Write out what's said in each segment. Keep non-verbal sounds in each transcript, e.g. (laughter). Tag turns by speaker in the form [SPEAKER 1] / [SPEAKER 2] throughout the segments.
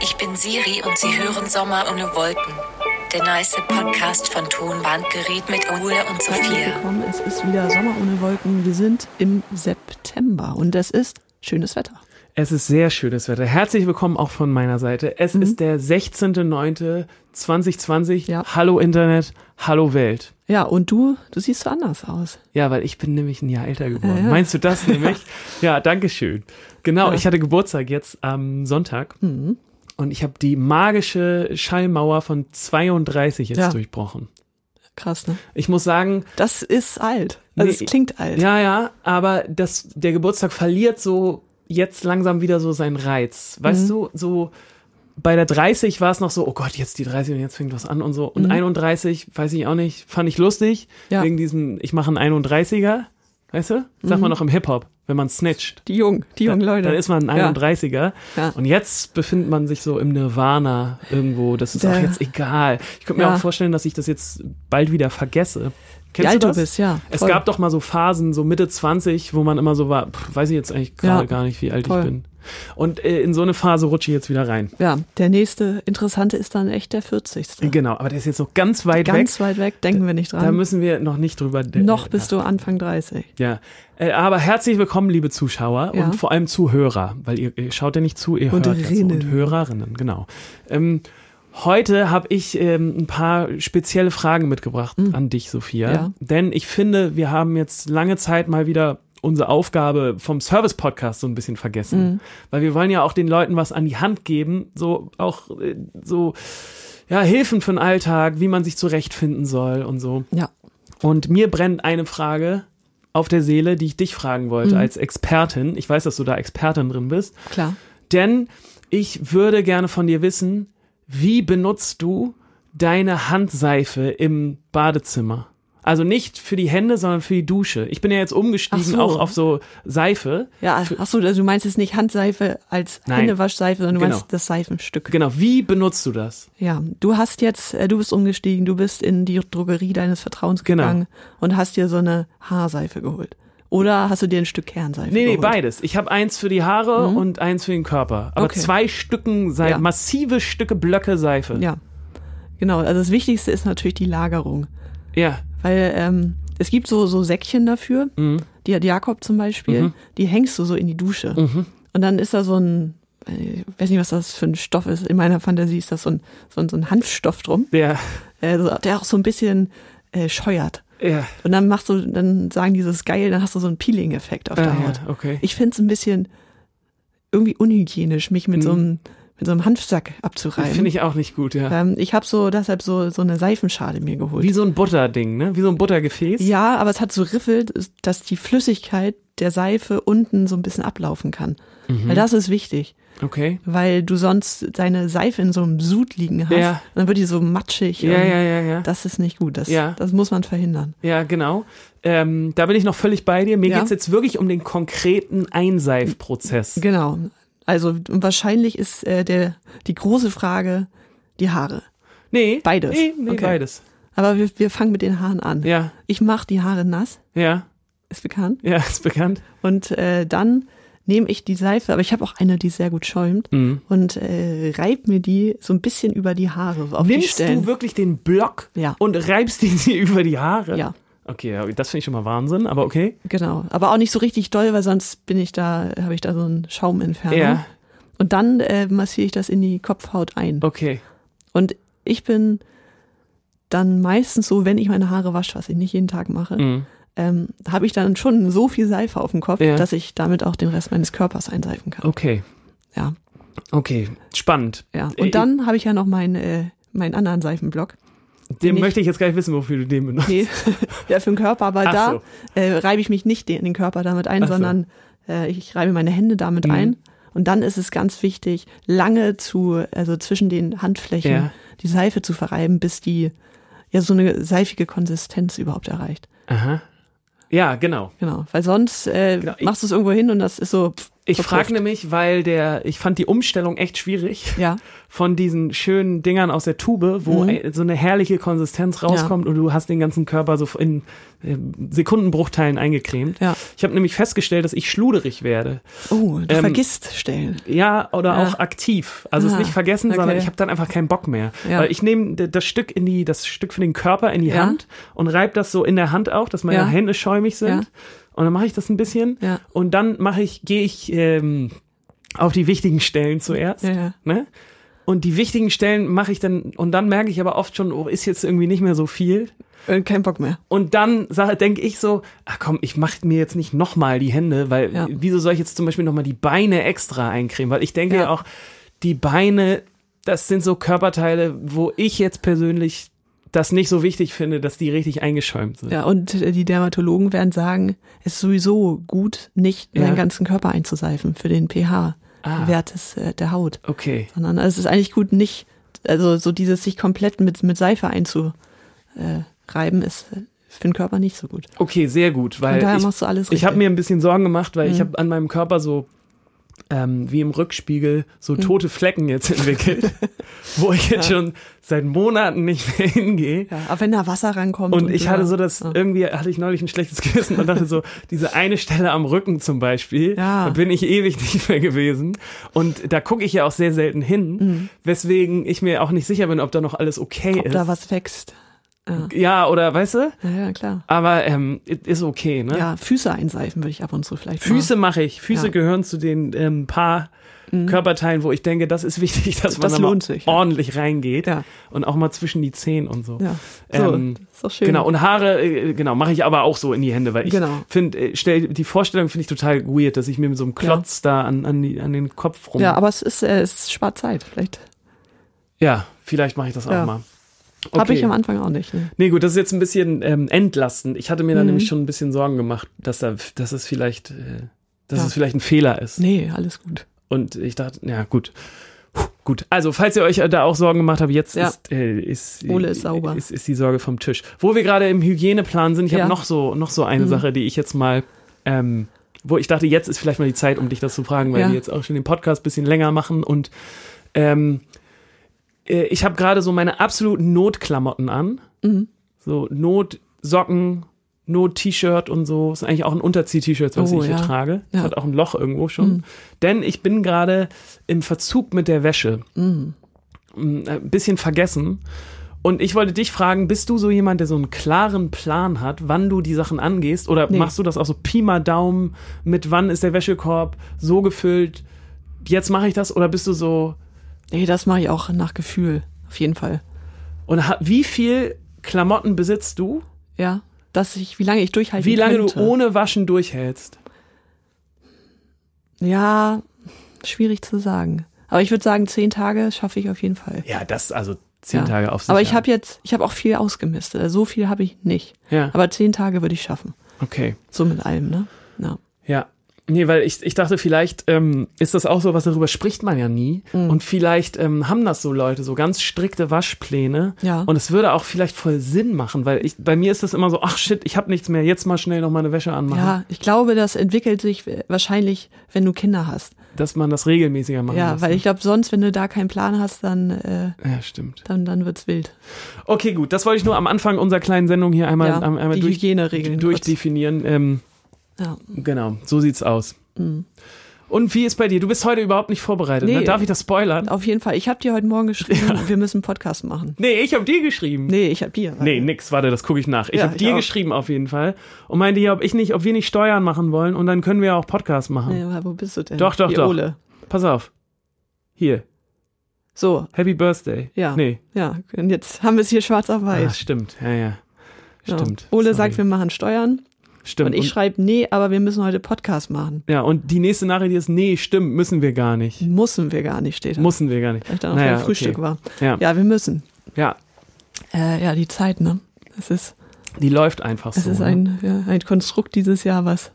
[SPEAKER 1] Ich bin Siri und Sie hören Sommer ohne Wolken. Der nice Podcast von Tonbandgerät mit Ole und
[SPEAKER 2] Herzlich
[SPEAKER 1] Sophia.
[SPEAKER 2] willkommen, es ist wieder Sommer ohne Wolken. Wir sind im September und es ist schönes Wetter.
[SPEAKER 3] Es ist sehr schönes Wetter. Herzlich willkommen auch von meiner Seite. Es ist der 16.09.2020.
[SPEAKER 2] Mhm. Ja.
[SPEAKER 3] Hallo Internet, hallo Welt.
[SPEAKER 2] Ja, und du, du siehst so anders aus.
[SPEAKER 3] Ja, weil ich bin nämlich ein Jahr älter
[SPEAKER 2] (laughs)
[SPEAKER 3] geworden.
[SPEAKER 2] Ja, ja.
[SPEAKER 3] Meinst du das nämlich? ja, danke schön. Genau,
[SPEAKER 2] Ja. Mhm.
[SPEAKER 3] ich hatte Geburtstag jetzt am Sonntag und ich habe die magische Schallmauer von 32 jetzt
[SPEAKER 2] Ja.
[SPEAKER 3] durchbrochen.
[SPEAKER 2] Krass, ne?
[SPEAKER 3] Ich muss sagen,
[SPEAKER 2] Das ist alt. Also
[SPEAKER 3] Nee,
[SPEAKER 2] es klingt alt.
[SPEAKER 3] Ja, ja, aber das, der Geburtstag verliert so jetzt langsam wieder so seinen Reiz.
[SPEAKER 2] Mhm.
[SPEAKER 3] Weißt du, so bei der 30 war es noch so, oh Gott, jetzt die 30 und jetzt fängt was an und so. Und 31, weiß ich auch nicht, fand ich lustig.
[SPEAKER 2] Mhm. Ja.
[SPEAKER 3] Wegen diesem, ich mache einen 31er. Weißt du? Sag mal noch im Hip-Hop, wenn man snitcht.
[SPEAKER 2] Die jungen, die jungen Mhm. Leute.
[SPEAKER 3] Dann ist man ein 31er.
[SPEAKER 2] Ja.
[SPEAKER 3] Und jetzt befindet man sich so im Nirvana irgendwo. Das ist
[SPEAKER 2] Der-
[SPEAKER 3] auch jetzt egal. Ich könnte
[SPEAKER 2] Ja.
[SPEAKER 3] mir auch vorstellen, dass ich das jetzt bald wieder vergesse.
[SPEAKER 2] Wie
[SPEAKER 3] Kennst
[SPEAKER 2] alt
[SPEAKER 3] du
[SPEAKER 2] du
[SPEAKER 3] das?
[SPEAKER 2] bist, ja.
[SPEAKER 3] Es
[SPEAKER 2] voll.
[SPEAKER 3] gab doch mal so Phasen, so Mitte 20, wo man immer so war, pff, weiß ich jetzt eigentlich gerade
[SPEAKER 2] Ja,
[SPEAKER 3] gar nicht, wie alt
[SPEAKER 2] voll.
[SPEAKER 3] ich bin. Und äh, in so eine Phase rutsche ich jetzt wieder rein.
[SPEAKER 2] Ja, der nächste interessante ist dann echt der 40.
[SPEAKER 3] Genau, aber der ist jetzt noch ganz weit
[SPEAKER 2] Ganz
[SPEAKER 3] weg.
[SPEAKER 2] weit weg, denken wir nicht
[SPEAKER 3] Da
[SPEAKER 2] dran.
[SPEAKER 3] müssen wir noch nicht drüber de-
[SPEAKER 2] Noch bist du Anfang 30.
[SPEAKER 3] Ja. Äh, aber herzlich willkommen, liebe Zuschauer
[SPEAKER 2] Ja.
[SPEAKER 3] und vor allem Zuhörer, weil ihr, ihr schaut ja nicht zu, ihr
[SPEAKER 2] Und
[SPEAKER 3] hört das.
[SPEAKER 2] Rinnen.
[SPEAKER 3] und Hörerinnen, genau. Ähm, heute habe ich ähm, ein paar spezielle Fragen mitgebracht an dich, Sophia.
[SPEAKER 2] Hm. Ja.
[SPEAKER 3] Denn ich finde, wir haben jetzt lange Zeit mal wieder unsere Aufgabe vom Service-Podcast so ein bisschen vergessen.
[SPEAKER 2] Hm.
[SPEAKER 3] Weil wir wollen ja auch den Leuten was an die Hand geben, so auch äh, so. Ja, Hilfen für den Alltag, wie man sich zurechtfinden soll und so.
[SPEAKER 2] Ja.
[SPEAKER 3] Und mir brennt eine Frage auf der Seele, die ich dich fragen wollte
[SPEAKER 2] Mhm.
[SPEAKER 3] als Expertin. Ich weiß, dass du da Expertin drin bist.
[SPEAKER 2] Klar.
[SPEAKER 3] Denn ich würde gerne von dir wissen, wie benutzt du deine Handseife im Badezimmer? Also nicht für die Hände, sondern für die Dusche. Ich bin ja jetzt umgestiegen
[SPEAKER 2] Ach so.
[SPEAKER 3] auch auf so Seife.
[SPEAKER 2] Ja, ach so, also du meinst jetzt nicht Handseife als
[SPEAKER 3] Nein.
[SPEAKER 2] Händewaschseife, sondern du
[SPEAKER 3] Genau.
[SPEAKER 2] meinst das Seifenstück.
[SPEAKER 3] Genau, wie benutzt du das?
[SPEAKER 2] Ja, du hast jetzt, äh, du bist umgestiegen, du bist in die Drogerie deines Vertrauens
[SPEAKER 3] Genau.
[SPEAKER 2] gegangen und hast dir so eine Haarseife geholt. Oder hast du dir ein Stück Kernseife
[SPEAKER 3] Nee, nee,
[SPEAKER 2] geholt?
[SPEAKER 3] beides. Ich habe eins für die Haare und eins für den Körper. Aber
[SPEAKER 2] Mhm. Okay.
[SPEAKER 3] zwei Stücken Seife,
[SPEAKER 2] Ja.
[SPEAKER 3] massive Stücke Blöcke Seife.
[SPEAKER 2] Ja, genau. Also das Wichtigste ist natürlich die Lagerung.
[SPEAKER 3] ja.
[SPEAKER 2] Weil ähm, es gibt so, so Säckchen dafür,
[SPEAKER 3] Mhm.
[SPEAKER 2] die hat Jakob zum Beispiel, die hängst du so in die Dusche.
[SPEAKER 3] Mhm.
[SPEAKER 2] Und dann ist da so ein, äh, ich weiß nicht, was das für ein Stoff ist, in meiner Fantasie ist das so ein, so ein, so ein Hanfstoff drum,
[SPEAKER 3] Der,
[SPEAKER 2] äh, so- der auch so ein bisschen äh, scheuert.
[SPEAKER 3] ja.
[SPEAKER 2] Und dann machst du, dann sagen die, das ist geil, dann hast du so einen Peeling-Effekt auf der
[SPEAKER 3] Ah,
[SPEAKER 2] Haut.
[SPEAKER 3] ja, okay.
[SPEAKER 2] Ich find's ein bisschen irgendwie unhygienisch, mich mit, so, einem, mit so einem Hanfsack abzureiben.
[SPEAKER 3] Finde Mhm. ich auch nicht gut, ja.
[SPEAKER 2] ähm, ich habe so deshalb so, so eine Seifenschale mir geholt.
[SPEAKER 3] Wie so ein Butterding, ne? Wie so ein Buttergefäß.
[SPEAKER 2] Ja, aber es hat so riffelt, dass die Flüssigkeit der Seife unten so ein bisschen ablaufen kann.
[SPEAKER 3] Mhm.
[SPEAKER 2] Weil das ist wichtig,
[SPEAKER 3] Okay.
[SPEAKER 2] weil du sonst deine Seife in so einem Sud liegen hast.
[SPEAKER 3] Ja.
[SPEAKER 2] Und dann wird die so matschig.
[SPEAKER 3] Ja,
[SPEAKER 2] und
[SPEAKER 3] ja, ja, ja.
[SPEAKER 2] Das ist nicht gut. Das,
[SPEAKER 3] Ja.
[SPEAKER 2] das muss man verhindern.
[SPEAKER 3] Ja, genau. Ähm, da bin ich noch völlig bei dir. Mir
[SPEAKER 2] Ja.
[SPEAKER 3] geht's jetzt wirklich um den konkreten Einseifprozess.
[SPEAKER 2] Genau. Also und wahrscheinlich ist äh, der, die große Frage die Haare.
[SPEAKER 3] Nee.
[SPEAKER 2] Beides.
[SPEAKER 3] Nee, nee
[SPEAKER 2] Okay.
[SPEAKER 3] beides.
[SPEAKER 2] Aber wir, wir fangen mit den Haaren an.
[SPEAKER 3] Ja,
[SPEAKER 2] Ich mache die Haare nass,
[SPEAKER 3] ja,
[SPEAKER 2] ist bekannt.
[SPEAKER 3] ja, ist bekannt.
[SPEAKER 2] Und äh, dann nehme ich die Seife, aber ich habe auch eine, die sehr gut schäumt, und äh, reib mir die so ein bisschen über die Haare auf die
[SPEAKER 3] Nimmst
[SPEAKER 2] Stellen.
[SPEAKER 3] du wirklich den Block
[SPEAKER 2] Ja.
[SPEAKER 3] und reibst ihn (laughs) dir über die Haare?
[SPEAKER 2] Ja.
[SPEAKER 3] Okay, ja, das finde ich schon mal Wahnsinn, aber okay.
[SPEAKER 2] genau, aber auch nicht so richtig doll, weil sonst bin ich da, habe ich da so einen Schaumentferner.
[SPEAKER 3] Ja.
[SPEAKER 2] Und dann äh, massiere ich das in die Kopfhaut ein.
[SPEAKER 3] Okay.
[SPEAKER 2] Und ich bin dann meistens so, wenn ich meine Haare wasche, was ich nicht jeden Tag mache,
[SPEAKER 3] Mhm.
[SPEAKER 2] ähm, habe ich dann schon so viel Seife auf dem Kopf,
[SPEAKER 3] Ja.
[SPEAKER 2] dass ich damit auch den Rest meines Körpers einseifen kann.
[SPEAKER 3] Okay.
[SPEAKER 2] Ja,
[SPEAKER 3] Okay. Spannend.
[SPEAKER 2] ja.
[SPEAKER 3] Äh,
[SPEAKER 2] Und dann habe ich ja noch meinen, äh, meinen anderen Seifenblock.
[SPEAKER 3] Den
[SPEAKER 2] nicht-
[SPEAKER 3] möchte ich jetzt gar nicht wissen, wofür du den benutzt.
[SPEAKER 2] Nee, (laughs) ja, für den Körper, aber
[SPEAKER 3] Ach
[SPEAKER 2] da äh, reibe ich mich nicht den, den Körper damit ein,
[SPEAKER 3] Ach so. Mhm.
[SPEAKER 2] sondern äh, ich reibe meine Hände damit ein. Und dann ist es ganz wichtig, lange zu, also zwischen den Handflächen
[SPEAKER 3] Ja.
[SPEAKER 2] die Seife zu verreiben, bis die ja so eine seifige Konsistenz überhaupt erreicht.
[SPEAKER 3] Ja, genau.
[SPEAKER 2] Genau. Weil sonst äh,
[SPEAKER 3] Genau, ich-
[SPEAKER 2] machst du es irgendwo hin und das ist so, pff,
[SPEAKER 3] Ich ne-
[SPEAKER 2] verpufft.
[SPEAKER 3] frage nämlich, weil der, ich fand die Umstellung echt schwierig
[SPEAKER 2] Ja.
[SPEAKER 3] von diesen schönen Dingern aus der Tube, wo äh, so eine herrliche Konsistenz rauskommt und du hast den ganzen Körper so in äh, Sekundenbruchteilen eingecremt.
[SPEAKER 2] Ja.
[SPEAKER 3] Ich habe nämlich festgestellt, dass ich schluderig werde.
[SPEAKER 2] Oh, du
[SPEAKER 3] Ähm,
[SPEAKER 2] vergisst Stellen.
[SPEAKER 3] Ja, oder
[SPEAKER 2] Ja.
[SPEAKER 3] auch aktiv. Also es
[SPEAKER 2] Ah,
[SPEAKER 3] nicht vergessen, sondern
[SPEAKER 2] okay.
[SPEAKER 3] ich habe dann einfach keinen Bock mehr.
[SPEAKER 2] Ja.
[SPEAKER 3] Weil ich nehme d- das Stück in die, das Stück für den Körper in die
[SPEAKER 2] Ja.
[SPEAKER 3] Hand und reib das so in der Hand auch, dass meine
[SPEAKER 2] Ja.
[SPEAKER 3] Hände schäumig sind.
[SPEAKER 2] Ja.
[SPEAKER 3] Und dann mache ich das ein bisschen.
[SPEAKER 2] Ja.
[SPEAKER 3] Und dann mache ich, gehe ich ähm, auf die wichtigen Stellen zuerst.
[SPEAKER 2] Ja, ja.
[SPEAKER 3] Ne? Und die wichtigen Stellen mache ich dann, und dann merke ich aber oft schon, oh, ist jetzt irgendwie nicht mehr so viel.
[SPEAKER 2] Äh, Kein Bock mehr.
[SPEAKER 3] Und dann denke ich so, ach komm, ich mache mir jetzt nicht nochmal die Hände, weil
[SPEAKER 2] Ja.
[SPEAKER 3] wieso soll ich jetzt zum Beispiel nochmal die Beine extra eincremen? Weil ich denke ja.
[SPEAKER 2] Ja.
[SPEAKER 3] auch, die Beine, das sind so Körperteile, wo ich jetzt persönlich das nicht so wichtig finde, dass die richtig eingeschäumt sind.
[SPEAKER 2] Ja, und äh, die Dermatologen werden sagen, es ist sowieso gut, nicht
[SPEAKER 3] Ja. Ah.
[SPEAKER 2] seinen ganzen Körper einzuseifen für den pH-Wert des, äh, der Haut.
[SPEAKER 3] Okay.
[SPEAKER 2] Sondern es ist eigentlich gut, nicht, also so dieses sich komplett mit, mit Seife einzureiben, ist äh, für den Körper nicht so gut.
[SPEAKER 3] Okay, sehr gut, weil
[SPEAKER 2] Von daher
[SPEAKER 3] ich,
[SPEAKER 2] machst du Mhm. alles
[SPEAKER 3] ich habe
[SPEAKER 2] richtig.
[SPEAKER 3] mir ein bisschen Sorgen gemacht, weil ich habe an meinem Körper so ähm, wie im Rückspiegel so
[SPEAKER 2] Mhm.
[SPEAKER 3] tote Flecken
[SPEAKER 2] (laughs)
[SPEAKER 3] jetzt entwickelt, wo ich jetzt schon seit Monaten nicht mehr hingehe.
[SPEAKER 2] Ja, aber wenn da Wasser rankommt.
[SPEAKER 3] Und ich hatte so das,
[SPEAKER 2] Ja.
[SPEAKER 3] irgendwie hatte ich neulich ein schlechtes (laughs) Gewissen und dachte so, diese eine Stelle am Rücken zum Beispiel,
[SPEAKER 2] Ja.
[SPEAKER 3] da bin ich ewig nicht mehr gewesen. Und da gucke ich ja auch sehr selten hin, weswegen ich mir auch nicht sicher bin, ob da noch alles okay
[SPEAKER 2] Mhm. Ob
[SPEAKER 3] ist.
[SPEAKER 2] da was wächst.
[SPEAKER 3] ja, oder weißt du?
[SPEAKER 2] Ja, ja, klar.
[SPEAKER 3] Aber ähm, ist okay, ne?
[SPEAKER 2] Ja, Füße einseifen würde ich ab und zu vielleicht
[SPEAKER 3] Füße mache ich. Füße
[SPEAKER 2] Ja. Mhm.
[SPEAKER 3] gehören zu den ähm, paar Körperteilen, wo ich denke, das ist wichtig, dass man
[SPEAKER 2] Das
[SPEAKER 3] da mal
[SPEAKER 2] lohnt sich, ja.
[SPEAKER 3] ordentlich reingeht
[SPEAKER 2] Ja.
[SPEAKER 3] und auch mal zwischen die Zehen und so.
[SPEAKER 2] machen. Ja, so,
[SPEAKER 3] Ähm,
[SPEAKER 2] ist doch schön.
[SPEAKER 3] Genau, und Haare, äh, genau, mache ich aber auch so in die Hände, weil ich
[SPEAKER 2] Genau.
[SPEAKER 3] finde, stell, die Vorstellung finde ich total weird, dass ich mir mit so einem Klotz da an, an, die, an den Kopf rum.
[SPEAKER 2] Ja, aber es ist, äh, es spart Zeit. Vielleicht
[SPEAKER 3] ja vielleicht mache ich das auch
[SPEAKER 2] Ja.
[SPEAKER 3] mal.
[SPEAKER 2] habe ich am Anfang auch nicht. Ne?
[SPEAKER 3] Nee, gut, das ist jetzt ein bisschen ähm, entlastend. Ich hatte mir
[SPEAKER 2] Mhm.
[SPEAKER 3] da nämlich schon ein bisschen Sorgen gemacht, dass da, dass es vielleicht, äh, dass
[SPEAKER 2] Ja.
[SPEAKER 3] es vielleicht ein Fehler ist.
[SPEAKER 2] Nee, alles gut.
[SPEAKER 3] Und ich dachte, ja, gut. Puh, Gut, also falls ihr euch da auch Sorgen gemacht habt, jetzt
[SPEAKER 2] Ja.
[SPEAKER 3] ist, äh, ist,
[SPEAKER 2] Ole ist sauber.
[SPEAKER 3] Ist, ist die Sorge vom Tisch. Wo wir gerade im Hygieneplan sind, ich
[SPEAKER 2] Ja. Mhm.
[SPEAKER 3] habe noch so, noch so eine Sache, die ich jetzt mal, ähm, wo ich dachte, jetzt ist vielleicht mal die Zeit, um dich das zu fragen, weil
[SPEAKER 2] Ja.
[SPEAKER 3] wir jetzt auch schon den Podcast ein bisschen länger machen und ähm, äh, ich habe gerade so meine absoluten Notklamotten an.
[SPEAKER 2] Mhm.
[SPEAKER 3] So Notsocken, Not-T-Shirt und so. Ist eigentlich auch ein Unterzieh-T-Shirt, was
[SPEAKER 2] Oh,
[SPEAKER 3] ich hier
[SPEAKER 2] ja.
[SPEAKER 3] trage.
[SPEAKER 2] Ja. Mhm.
[SPEAKER 3] Hat auch ein Loch irgendwo schon. Denn ich bin gerade im Verzug mit der Wäsche.
[SPEAKER 2] Mhm.
[SPEAKER 3] Mm, Ein bisschen vergessen. Und ich wollte dich fragen, bist du so jemand, der so einen klaren Plan hat, wann du die Sachen angehst? Oder
[SPEAKER 2] Nee.
[SPEAKER 3] machst du das auch so Pi mal Daumen mit wann ist der Wäschekorb so gefüllt, jetzt mache ich das? Oder bist du so,
[SPEAKER 2] Nee, das mache ich auch nach Gefühl. Auf jeden Fall.
[SPEAKER 3] und ha- wie viel Klamotten besitzt du?
[SPEAKER 2] Ja. Dass ich, wie lange ich durchhalte.
[SPEAKER 3] Wie lange
[SPEAKER 2] könnte.
[SPEAKER 3] du ohne Waschen durchhältst?
[SPEAKER 2] Ja, schwierig zu sagen. Aber ich würde sagen, zehn Tage schaffe ich auf jeden Fall.
[SPEAKER 3] Ja, das also zehn
[SPEAKER 2] ja.
[SPEAKER 3] Tage auf sich.
[SPEAKER 2] Aber ich
[SPEAKER 3] haben.
[SPEAKER 2] habe jetzt, ich habe auch viel ausgemistet. Also so viel habe ich nicht.
[SPEAKER 3] Ja.
[SPEAKER 2] Aber zehn Tage würde ich schaffen.
[SPEAKER 3] Okay.
[SPEAKER 2] So mit allem, ne? Ja.
[SPEAKER 3] Ja. Nee, weil ich, ich dachte, vielleicht ähm, ist das auch so was, darüber spricht man ja nie.
[SPEAKER 2] Mhm.
[SPEAKER 3] Und vielleicht ähm, haben das so Leute, so ganz strikte Waschpläne.
[SPEAKER 2] Ja.
[SPEAKER 3] Und es würde auch vielleicht voll Sinn machen, weil ich, bei mir ist das immer so, ach shit, ich habe nichts mehr, jetzt mal schnell noch meine Wäsche anmachen,
[SPEAKER 2] Ja, ich glaube, das entwickelt sich wahrscheinlich, wenn du Kinder hast.
[SPEAKER 3] dass man das regelmäßiger machen
[SPEAKER 2] ja,
[SPEAKER 3] muss.
[SPEAKER 2] weil
[SPEAKER 3] ne?
[SPEAKER 2] ich glaube, sonst, wenn du da keinen Plan hast, dann, äh,
[SPEAKER 3] Ja, stimmt.
[SPEAKER 2] dann, dann wird's wild.
[SPEAKER 3] Okay, gut, das wollte ich nur am Anfang unserer kleinen Sendung hier einmal,
[SPEAKER 2] Ja,
[SPEAKER 3] am- einmal
[SPEAKER 2] die
[SPEAKER 3] durch,
[SPEAKER 2] Hygieneregeln
[SPEAKER 3] durchdefinieren. Ähm,
[SPEAKER 2] Ja.
[SPEAKER 3] Genau, so sieht's aus. Und wie ist bei dir? Du bist heute überhaupt nicht vorbereitet.
[SPEAKER 2] Mhm. Nee.
[SPEAKER 3] Ne? Darf ich das spoilern?
[SPEAKER 2] Auf jeden Fall. Ich habe dir heute Morgen geschrieben, wir müssen einen Podcast machen.
[SPEAKER 3] Nee, ich hab dir geschrieben.
[SPEAKER 2] Nee, ich habe dir.
[SPEAKER 3] Nee, nix, warte, das gucke ich nach. Ich
[SPEAKER 2] Ja,
[SPEAKER 3] hab
[SPEAKER 2] ich
[SPEAKER 3] dir
[SPEAKER 2] auch.
[SPEAKER 3] geschrieben auf jeden Fall und meinte ja, ob ich nicht, ob wir nicht Steuern machen wollen und dann können wir ja auch Podcast machen.
[SPEAKER 2] Nee, aber wo bist du denn?
[SPEAKER 3] Doch, doch,
[SPEAKER 2] Die
[SPEAKER 3] doch.
[SPEAKER 2] Ole.
[SPEAKER 3] Pass auf. Hier,
[SPEAKER 2] So,
[SPEAKER 3] Happy Birthday.
[SPEAKER 2] ja.
[SPEAKER 3] Nee.
[SPEAKER 2] Ja, und jetzt haben wir es hier schwarz auf
[SPEAKER 3] Ah,
[SPEAKER 2] weiß.
[SPEAKER 3] stimmt. Ja, ja. Ah, Stimmt.
[SPEAKER 2] Ja. Ole
[SPEAKER 3] Sorry.
[SPEAKER 2] sagt, wir machen Steuern.
[SPEAKER 3] Stimmt.
[SPEAKER 2] Und ich schreibe, nee, aber wir müssen heute Podcast machen.
[SPEAKER 3] ja, und die nächste Nachricht ist, nee, stimmt, müssen wir gar nicht.
[SPEAKER 2] Müssen wir gar nicht, steht da.
[SPEAKER 3] Mussten wir gar nicht.
[SPEAKER 2] Weil ich dann auch
[SPEAKER 3] Naja,
[SPEAKER 2] beim Frühstück
[SPEAKER 3] okay.
[SPEAKER 2] war.
[SPEAKER 3] Ja. ja.
[SPEAKER 2] Ja, wir müssen. Äh, ja, die Zeit, ne? Es ist,
[SPEAKER 3] die läuft einfach
[SPEAKER 2] es
[SPEAKER 3] so.
[SPEAKER 2] ist
[SPEAKER 3] ne?
[SPEAKER 2] ein, ja, ein Konstrukt dieses Jahr, was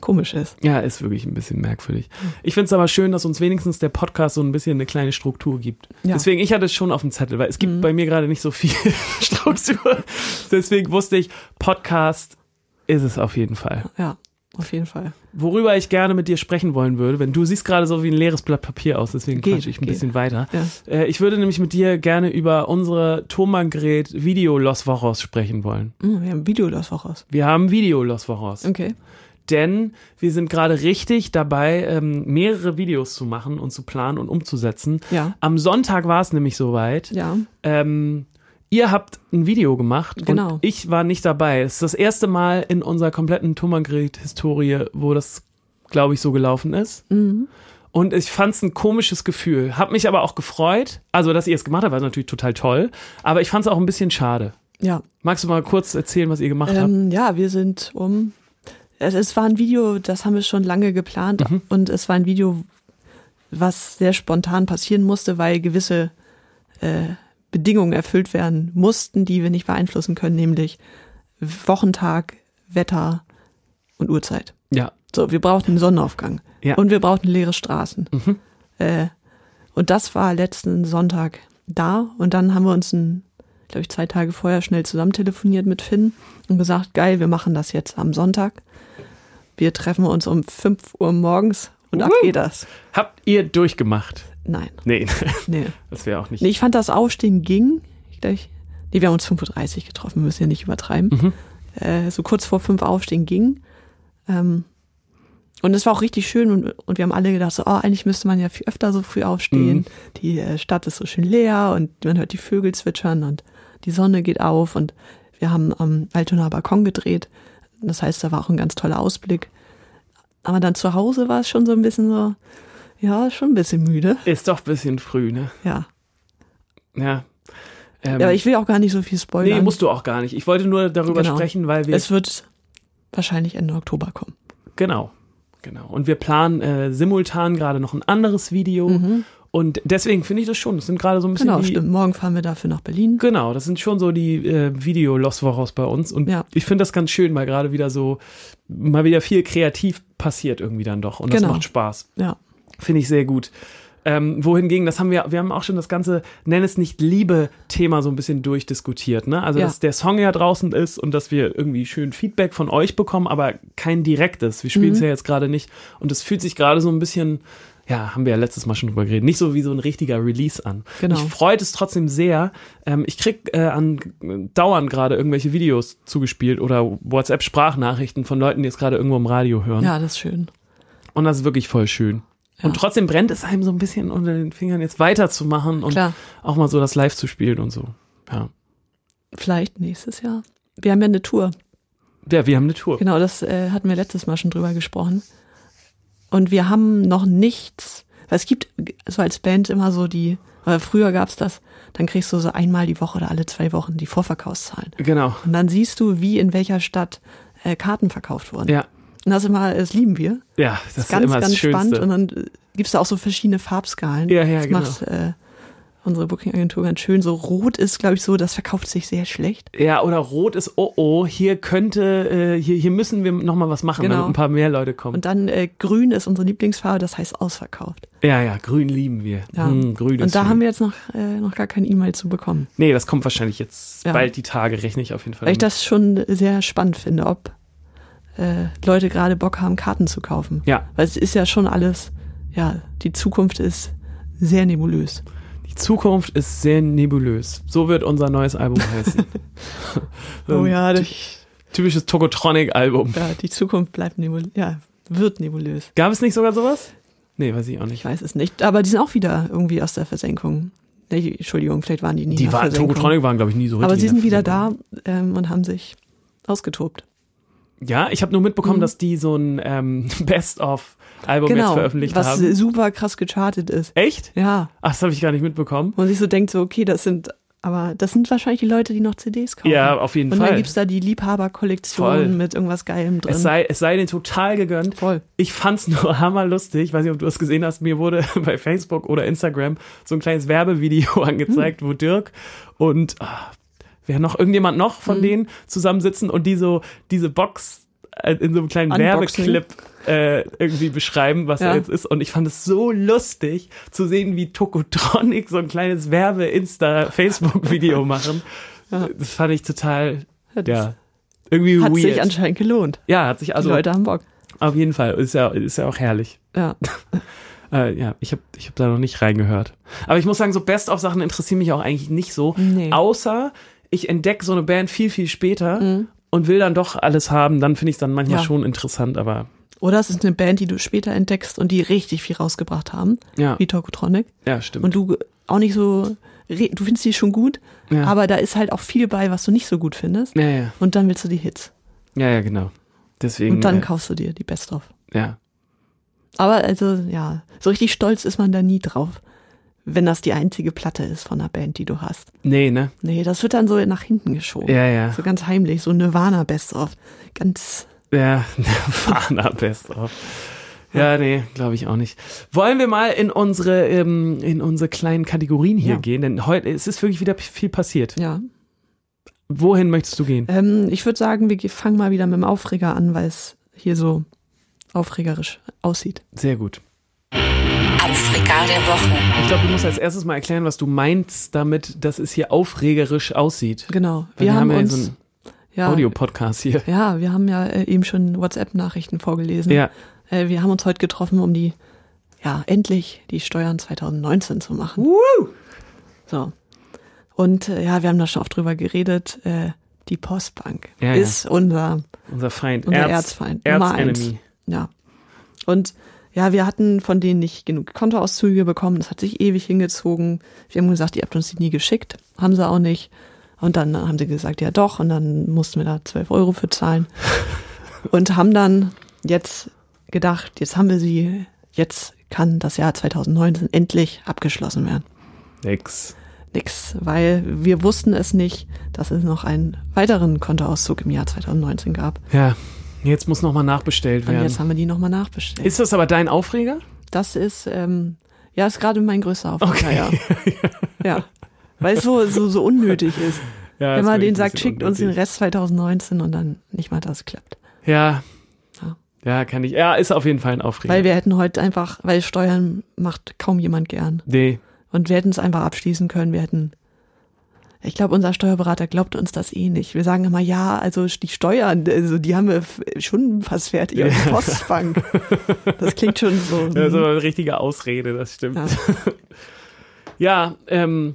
[SPEAKER 2] komisch ist.
[SPEAKER 3] Ja, ist wirklich ein bisschen merkwürdig. Ich find's aber schön, dass uns wenigstens der Podcast so ein bisschen eine kleine Struktur gibt.
[SPEAKER 2] Ja. Mhm.
[SPEAKER 3] Deswegen, ich hatte es schon auf dem Zettel, weil es gibt bei mir gerade nicht so viel (laughs) Struktur. Deswegen wusste ich, Podcast ist es auf jeden Fall.
[SPEAKER 2] Ja. auf jeden Fall.
[SPEAKER 3] Worüber ich gerne mit dir sprechen wollen würde, wenn du siehst gerade so wie ein leeres Blatt Papier aus, deswegen
[SPEAKER 2] Geht,
[SPEAKER 3] quatsche ich ein
[SPEAKER 2] geht.
[SPEAKER 3] bisschen weiter.
[SPEAKER 2] Ja.
[SPEAKER 3] Äh, ich würde nämlich mit dir gerne über unsere Tomangret Video Los Vojos sprechen wollen.
[SPEAKER 2] Hm, wir haben ein Video das Woche aus.
[SPEAKER 3] Wir haben Video Los Vojos.
[SPEAKER 2] Okay.
[SPEAKER 3] denn wir sind gerade richtig dabei, ähm, mehrere Videos zu machen und zu planen und umzusetzen.
[SPEAKER 2] Ja.
[SPEAKER 3] Am Sonntag war es nämlich soweit.
[SPEAKER 2] Ja.
[SPEAKER 3] Ähm, ihr habt ein Video gemacht
[SPEAKER 2] Genau.
[SPEAKER 3] und ich war nicht dabei. Es ist das erste Mal in unserer kompletten Tumangrid-Historie, wo das, glaube ich, so gelaufen ist.
[SPEAKER 2] Mhm.
[SPEAKER 3] Und ich fand es ein komisches Gefühl. Hab mich aber auch gefreut. Also, dass ihr es gemacht habt, war natürlich total toll. Aber ich fand es auch ein bisschen schade.
[SPEAKER 2] Ja.
[SPEAKER 3] Magst du mal kurz erzählen, was ihr gemacht habt?
[SPEAKER 2] Ähm, ja, wir sind um. Es, es war ein Video, das haben wir schon lange geplant und es war ein Video, was sehr spontan passieren musste, weil gewisse äh, Bedingungen erfüllt werden mussten, die wir nicht beeinflussen können, nämlich Wochentag, Wetter und Uhrzeit.
[SPEAKER 3] Ja.
[SPEAKER 2] So, wir brauchten einen Sonnenaufgang
[SPEAKER 3] Ja.
[SPEAKER 2] und wir brauchten leere Straßen. Äh, und das war letzten Sonntag da und dann haben wir uns, glaube ich, zwei Tage vorher schnell zusammen telefoniert mit Finn und gesagt, geil, wir machen das jetzt am Sonntag. Wir treffen uns um 5 Uhr morgens und ab
[SPEAKER 3] Uhu.
[SPEAKER 2] geht das.
[SPEAKER 3] Habt ihr durchgemacht?
[SPEAKER 2] Nein,
[SPEAKER 3] Nee.
[SPEAKER 2] nee.
[SPEAKER 3] Das wäre auch nicht.
[SPEAKER 2] nee. Ich fand das Aufstehen ging. Ich glaub, ich, nee, wir haben uns 5.30 Uhr getroffen, wir müssen ja nicht übertreiben. Äh, so kurz vor 5 Aufstehen ging. Ähm, und es war auch richtig schön und, und wir haben alle gedacht, so, oh, eigentlich müsste man ja viel öfter so früh aufstehen. Die äh, Stadt ist so schön leer und man hört die Vögel zwitschern und die Sonne geht auf und wir haben am Altonaer Balkon gedreht. Das heißt, da war auch ein ganz toller Ausblick. Aber dann zu Hause war es schon so ein bisschen so, ja, schon ein bisschen müde.
[SPEAKER 3] Ist doch ein bisschen früh, ne?
[SPEAKER 2] Ja.
[SPEAKER 3] Ja. Ähm,
[SPEAKER 2] Ja, aber ich will auch gar nicht so viel spoilern.
[SPEAKER 3] nee, musst du auch gar nicht. Ich wollte nur darüber
[SPEAKER 2] Genau.
[SPEAKER 3] sprechen, weil wir.
[SPEAKER 2] es wird wahrscheinlich Ende Oktober kommen.
[SPEAKER 3] genau. Genau. Und wir planen äh, simultan gerade noch ein anderes Video. Und deswegen finde ich das schon. Das sind gerade so ein bisschen
[SPEAKER 2] Mhm. Genau,
[SPEAKER 3] die.
[SPEAKER 2] stimmt. Morgen fahren wir dafür nach Berlin.
[SPEAKER 3] Genau, das sind schon so die äh, Video-Los Voraus bei uns. Und
[SPEAKER 2] Ja.
[SPEAKER 3] ich finde das ganz schön, weil gerade wieder so, mal wieder viel kreativ passiert irgendwie dann doch. Und das
[SPEAKER 2] Genau.
[SPEAKER 3] macht Spaß.
[SPEAKER 2] Ja,
[SPEAKER 3] Finde ich sehr gut. Ähm, wohingegen, das haben wir, wir haben auch schon das ganze Nenn es nicht Liebe-Thema so ein bisschen durchdiskutiert, ne? Also,
[SPEAKER 2] Ja.
[SPEAKER 3] dass der Song ja draußen ist und dass wir irgendwie schön Feedback von euch bekommen, aber kein direktes. Wir spielen es
[SPEAKER 2] Mhm.
[SPEAKER 3] ja jetzt gerade nicht. Und es fühlt sich gerade so ein bisschen, ja, haben wir ja letztes Mal schon drüber geredet, nicht so wie so ein richtiger Release an.
[SPEAKER 2] Genau.
[SPEAKER 3] Ich freut es trotzdem sehr. Ähm, ich krieg äh, an dauernd gerade irgendwelche Videos zugespielt oder WhatsApp-Sprachnachrichten von Leuten, die es gerade irgendwo im Radio hören.
[SPEAKER 2] ja, das ist schön.
[SPEAKER 3] Und das ist wirklich voll schön.
[SPEAKER 2] Ja.
[SPEAKER 3] Und trotzdem brennt es einem so ein bisschen unter den Fingern, jetzt weiterzumachen und
[SPEAKER 2] Klar.
[SPEAKER 3] auch mal so das live zu spielen und so. Ja.
[SPEAKER 2] Vielleicht nächstes Jahr. Wir haben ja eine Tour.
[SPEAKER 3] Ja, wir haben eine Tour.
[SPEAKER 2] Genau, das äh, hatten wir letztes Mal schon drüber gesprochen. Und wir haben noch nichts. Weil es gibt so als Band immer so die, weil früher gab's das, dann kriegst du so einmal die Woche oder alle zwei Wochen die Vorverkaufszahlen.
[SPEAKER 3] Genau.
[SPEAKER 2] Und dann siehst du, wie in welcher Stadt äh, Karten verkauft wurden.
[SPEAKER 3] Ja.
[SPEAKER 2] Und das immer, das lieben wir.
[SPEAKER 3] Ja, das ist,
[SPEAKER 2] ganz,
[SPEAKER 3] immer
[SPEAKER 2] ganz
[SPEAKER 3] das Schönste.
[SPEAKER 2] spannend. Und dann äh, gibt's da auch so verschiedene Farbskalen.
[SPEAKER 3] Ja, ja,
[SPEAKER 2] das
[SPEAKER 3] genau.
[SPEAKER 2] macht äh, unsere Booking-Agentur ganz schön. So rot ist, glaube ich, so, das verkauft sich sehr schlecht.
[SPEAKER 3] ja, oder rot ist, oh oh, hier könnte, äh, hier, hier müssen wir nochmal was machen,
[SPEAKER 2] Genau.
[SPEAKER 3] damit ein paar mehr Leute kommen.
[SPEAKER 2] Und dann äh, grün ist unsere Lieblingsfarbe, das heißt ausverkauft.
[SPEAKER 3] ja, ja, grün lieben wir.
[SPEAKER 2] Ja.
[SPEAKER 3] Hm, grün
[SPEAKER 2] Und
[SPEAKER 3] ist
[SPEAKER 2] da
[SPEAKER 3] schön.
[SPEAKER 2] haben wir jetzt noch, äh, noch gar keine E-Mail zu bekommen.
[SPEAKER 3] Nee, das kommt wahrscheinlich jetzt
[SPEAKER 2] Ja.
[SPEAKER 3] bald die Tage, rechne ich auf jeden Fall.
[SPEAKER 2] Weil ich
[SPEAKER 3] damit.
[SPEAKER 2] das schon sehr spannend finde, ob äh, Leute gerade Bock haben, Karten zu kaufen.
[SPEAKER 3] ja,
[SPEAKER 2] Weil es ist ja schon alles, ja, die Zukunft ist sehr nebulös.
[SPEAKER 3] die Zukunft ist sehr nebulös. So wird unser neues Album heißen.
[SPEAKER 2] (laughs)
[SPEAKER 3] Ähm,
[SPEAKER 2] Oh
[SPEAKER 3] (laughs)
[SPEAKER 2] ja, das,
[SPEAKER 3] Typisches Tokotronic-Album.
[SPEAKER 2] ja, die Zukunft bleibt nebulös, ja, wird nebulös.
[SPEAKER 3] Gab es nicht sogar sowas? Nee, weiß ich auch
[SPEAKER 2] Ich
[SPEAKER 3] nicht.
[SPEAKER 2] weiß es nicht, aber die sind auch wieder irgendwie aus der Versenkung. Nee, Entschuldigung, vielleicht waren die nie in
[SPEAKER 3] Die
[SPEAKER 2] der
[SPEAKER 3] waren,
[SPEAKER 2] Versenkung.
[SPEAKER 3] Tokotronic waren, glaube ich, nie so richtig.
[SPEAKER 2] Aber sie sind
[SPEAKER 3] in der
[SPEAKER 2] wieder da ähm, und haben sich ausgetobt.
[SPEAKER 3] Versenkung. Ja, ich habe nur mitbekommen, dass die so ein ähm, (laughs) Best-of-Album jetzt veröffentlicht
[SPEAKER 2] Genau. was
[SPEAKER 3] haben.
[SPEAKER 2] super krass gechartet ist.
[SPEAKER 3] Echt?
[SPEAKER 2] Ja,
[SPEAKER 3] Ach, das habe ich gar nicht mitbekommen.
[SPEAKER 2] wo man sich so denkt, so okay, das sind, aber das sind wahrscheinlich die Leute, die noch CDs kaufen.
[SPEAKER 3] Ja, auf jeden
[SPEAKER 2] und
[SPEAKER 3] Fall.
[SPEAKER 2] dann gibt's da die
[SPEAKER 3] Voll.
[SPEAKER 2] Liebhaberkollektion mit irgendwas Geilem drin.
[SPEAKER 3] Es sei, es sei denen total gegönnt.
[SPEAKER 2] Voll.
[SPEAKER 3] Ich fand's (laughs) nur hammerlustig. Ich weiß nicht, ob du es gesehen hast. Mir wurde (laughs) bei Facebook oder Instagram so ein kleines Werbevideo (laughs) angezeigt, wo Dirk und ah, wer noch, irgendjemand noch
[SPEAKER 2] Mhm.
[SPEAKER 3] von denen zusammensitzen und die so diese Box äh, in so einem kleinen
[SPEAKER 2] Unboxing.
[SPEAKER 3] Werbeclip äh, irgendwie beschreiben, was
[SPEAKER 2] Ja.
[SPEAKER 3] er jetzt ist. Und ich fand es so lustig zu sehen, wie Tokotronic so ein kleines
[SPEAKER 2] (laughs)
[SPEAKER 3] Werbe-Insta-Facebook-Video machen. Das fand ich total,
[SPEAKER 2] Ja, das
[SPEAKER 3] ja, irgendwie
[SPEAKER 2] Hat
[SPEAKER 3] weird.
[SPEAKER 2] sich anscheinend gelohnt.
[SPEAKER 3] ja, hat sich
[SPEAKER 2] Die
[SPEAKER 3] also
[SPEAKER 2] Leute haben Bock.
[SPEAKER 3] Auf jeden Fall. Ist ja, ist ja auch herrlich. (laughs)
[SPEAKER 2] Ja.
[SPEAKER 3] Äh, ja, ich habe ich hab da noch nicht reingehört. Aber ich muss sagen, so Best-of-Sachen interessieren mich auch eigentlich nicht so.
[SPEAKER 2] Nee.
[SPEAKER 3] Außer ich entdecke so eine Band viel, viel später und will dann doch alles haben. Dann finde ich es dann manchmal
[SPEAKER 2] Mhm. Ja.
[SPEAKER 3] schon interessant, aber
[SPEAKER 2] Oder es ist eine Band, die du später entdeckst und die richtig viel rausgebracht haben,
[SPEAKER 3] ja,
[SPEAKER 2] wie Tokotronic.
[SPEAKER 3] ja stimmt.
[SPEAKER 2] Und du auch nicht so, re- du findest die schon gut,
[SPEAKER 3] Ja.
[SPEAKER 2] aber da ist halt auch viel bei, was du nicht so gut findest.
[SPEAKER 3] ja, ja,
[SPEAKER 2] Und dann willst du die Hits.
[SPEAKER 3] ja, ja, genau. Deswegen,
[SPEAKER 2] Und dann
[SPEAKER 3] äh,
[SPEAKER 2] kaufst du dir die Best of.
[SPEAKER 3] ja,
[SPEAKER 2] Aber also, ja, so richtig stolz ist man da nie drauf, wenn das die einzige Platte ist von einer Band, die du hast.
[SPEAKER 3] nee, ne?
[SPEAKER 2] Nee, das wird dann so nach hinten geschoben.
[SPEAKER 3] Ja, ja,
[SPEAKER 2] So ganz heimlich, so Nirvana Best of. Ganz,
[SPEAKER 3] ja, (laughs) Nirvana best of. Ja, nee, glaube ich auch nicht. Wollen wir mal in unsere, ähm, in unsere kleinen Kategorien hier
[SPEAKER 2] Ja.
[SPEAKER 3] gehen, denn heute es ist wirklich wieder p- viel passiert.
[SPEAKER 2] ja.
[SPEAKER 3] Wohin möchtest du gehen?
[SPEAKER 2] Ähm, ich würde sagen, wir ge- fangen mal wieder mit dem Aufreger an, weil es hier so aufregerisch aussieht.
[SPEAKER 3] Sehr gut.
[SPEAKER 1] Aufreger der Woche.
[SPEAKER 3] Ich glaube, du musst als erstes mal erklären, was du meinst damit, dass es hier aufregerisch aussieht.
[SPEAKER 2] Genau.
[SPEAKER 3] Weil
[SPEAKER 2] Wir haben,
[SPEAKER 3] ja
[SPEAKER 2] uns, äh,
[SPEAKER 3] so einen
[SPEAKER 2] ja,
[SPEAKER 3] Audiopodcast hier.
[SPEAKER 2] ja, wir haben ja äh, eben schon WhatsApp-Nachrichten vorgelesen.
[SPEAKER 3] Ja,
[SPEAKER 2] Äh, wir haben uns heute getroffen, um die, ja, endlich die Steuern 2019 zu machen. So. Und äh, ja, wir haben da schon oft drüber geredet. Äh, die Postbank
[SPEAKER 3] Ja, ja.
[SPEAKER 2] ist unser,
[SPEAKER 3] unser Feind.
[SPEAKER 2] unser
[SPEAKER 3] Erz,
[SPEAKER 2] Erzfeind. Nummer eins.
[SPEAKER 3] Erzenemy.
[SPEAKER 2] Ja. Und ja, wir hatten von denen nicht genug Kontoauszüge bekommen. Das hat sich ewig hingezogen. Wir haben gesagt, ihr habt uns die nie geschickt. Haben sie auch nicht. Und dann haben sie gesagt, ja doch. Und dann mussten wir da 12 Euro für zahlen. Und haben dann jetzt gedacht, jetzt haben wir sie, jetzt kann das Jahr 2019 endlich abgeschlossen werden.
[SPEAKER 3] Nix.
[SPEAKER 2] Nix, weil wir wussten es nicht, dass es noch einen weiteren Kontoauszug im Jahr 2019 gab.
[SPEAKER 3] Ja, jetzt muss nochmal nachbestellt
[SPEAKER 2] Und jetzt
[SPEAKER 3] werden.
[SPEAKER 2] haben wir die nochmal nachbestellt.
[SPEAKER 3] Ist das aber dein Aufreger?
[SPEAKER 2] Das ist, ähm, ja, ist gerade mein größter Aufreger,
[SPEAKER 3] (laughs)
[SPEAKER 2] ja. ja. Weil es so, so, so
[SPEAKER 3] (laughs)
[SPEAKER 2] unnötig ist.
[SPEAKER 3] Ja,
[SPEAKER 2] Wenn
[SPEAKER 3] ist
[SPEAKER 2] man
[SPEAKER 3] wirklich
[SPEAKER 2] den
[SPEAKER 3] ein
[SPEAKER 2] sagt,
[SPEAKER 3] bisschen
[SPEAKER 2] schickt uns den
[SPEAKER 3] unnötig.
[SPEAKER 2] Rest 2019 und dann nicht mal das klappt.
[SPEAKER 3] Ja.
[SPEAKER 2] Ja.
[SPEAKER 3] Ja, kann ich. Ja, ist auf jeden Fall ein Aufreger.
[SPEAKER 2] Weil wir hätten heute einfach, weil Steuern macht kaum jemand gern.
[SPEAKER 3] nee.
[SPEAKER 2] Und wir hätten es einfach abschließen können. Wir hätten, ich glaube, unser Steuerberater glaubt uns das eh nicht. Wir sagen immer, ja, also die Steuern, also die haben wir f- schon fast fertig. Und die Postbank. Das klingt schon
[SPEAKER 3] (laughs)
[SPEAKER 2] so.
[SPEAKER 3] Das ist aber eine richtige Ausrede, das stimmt.
[SPEAKER 2] Mhm. Ja.
[SPEAKER 3] Ja, (laughs) ähm,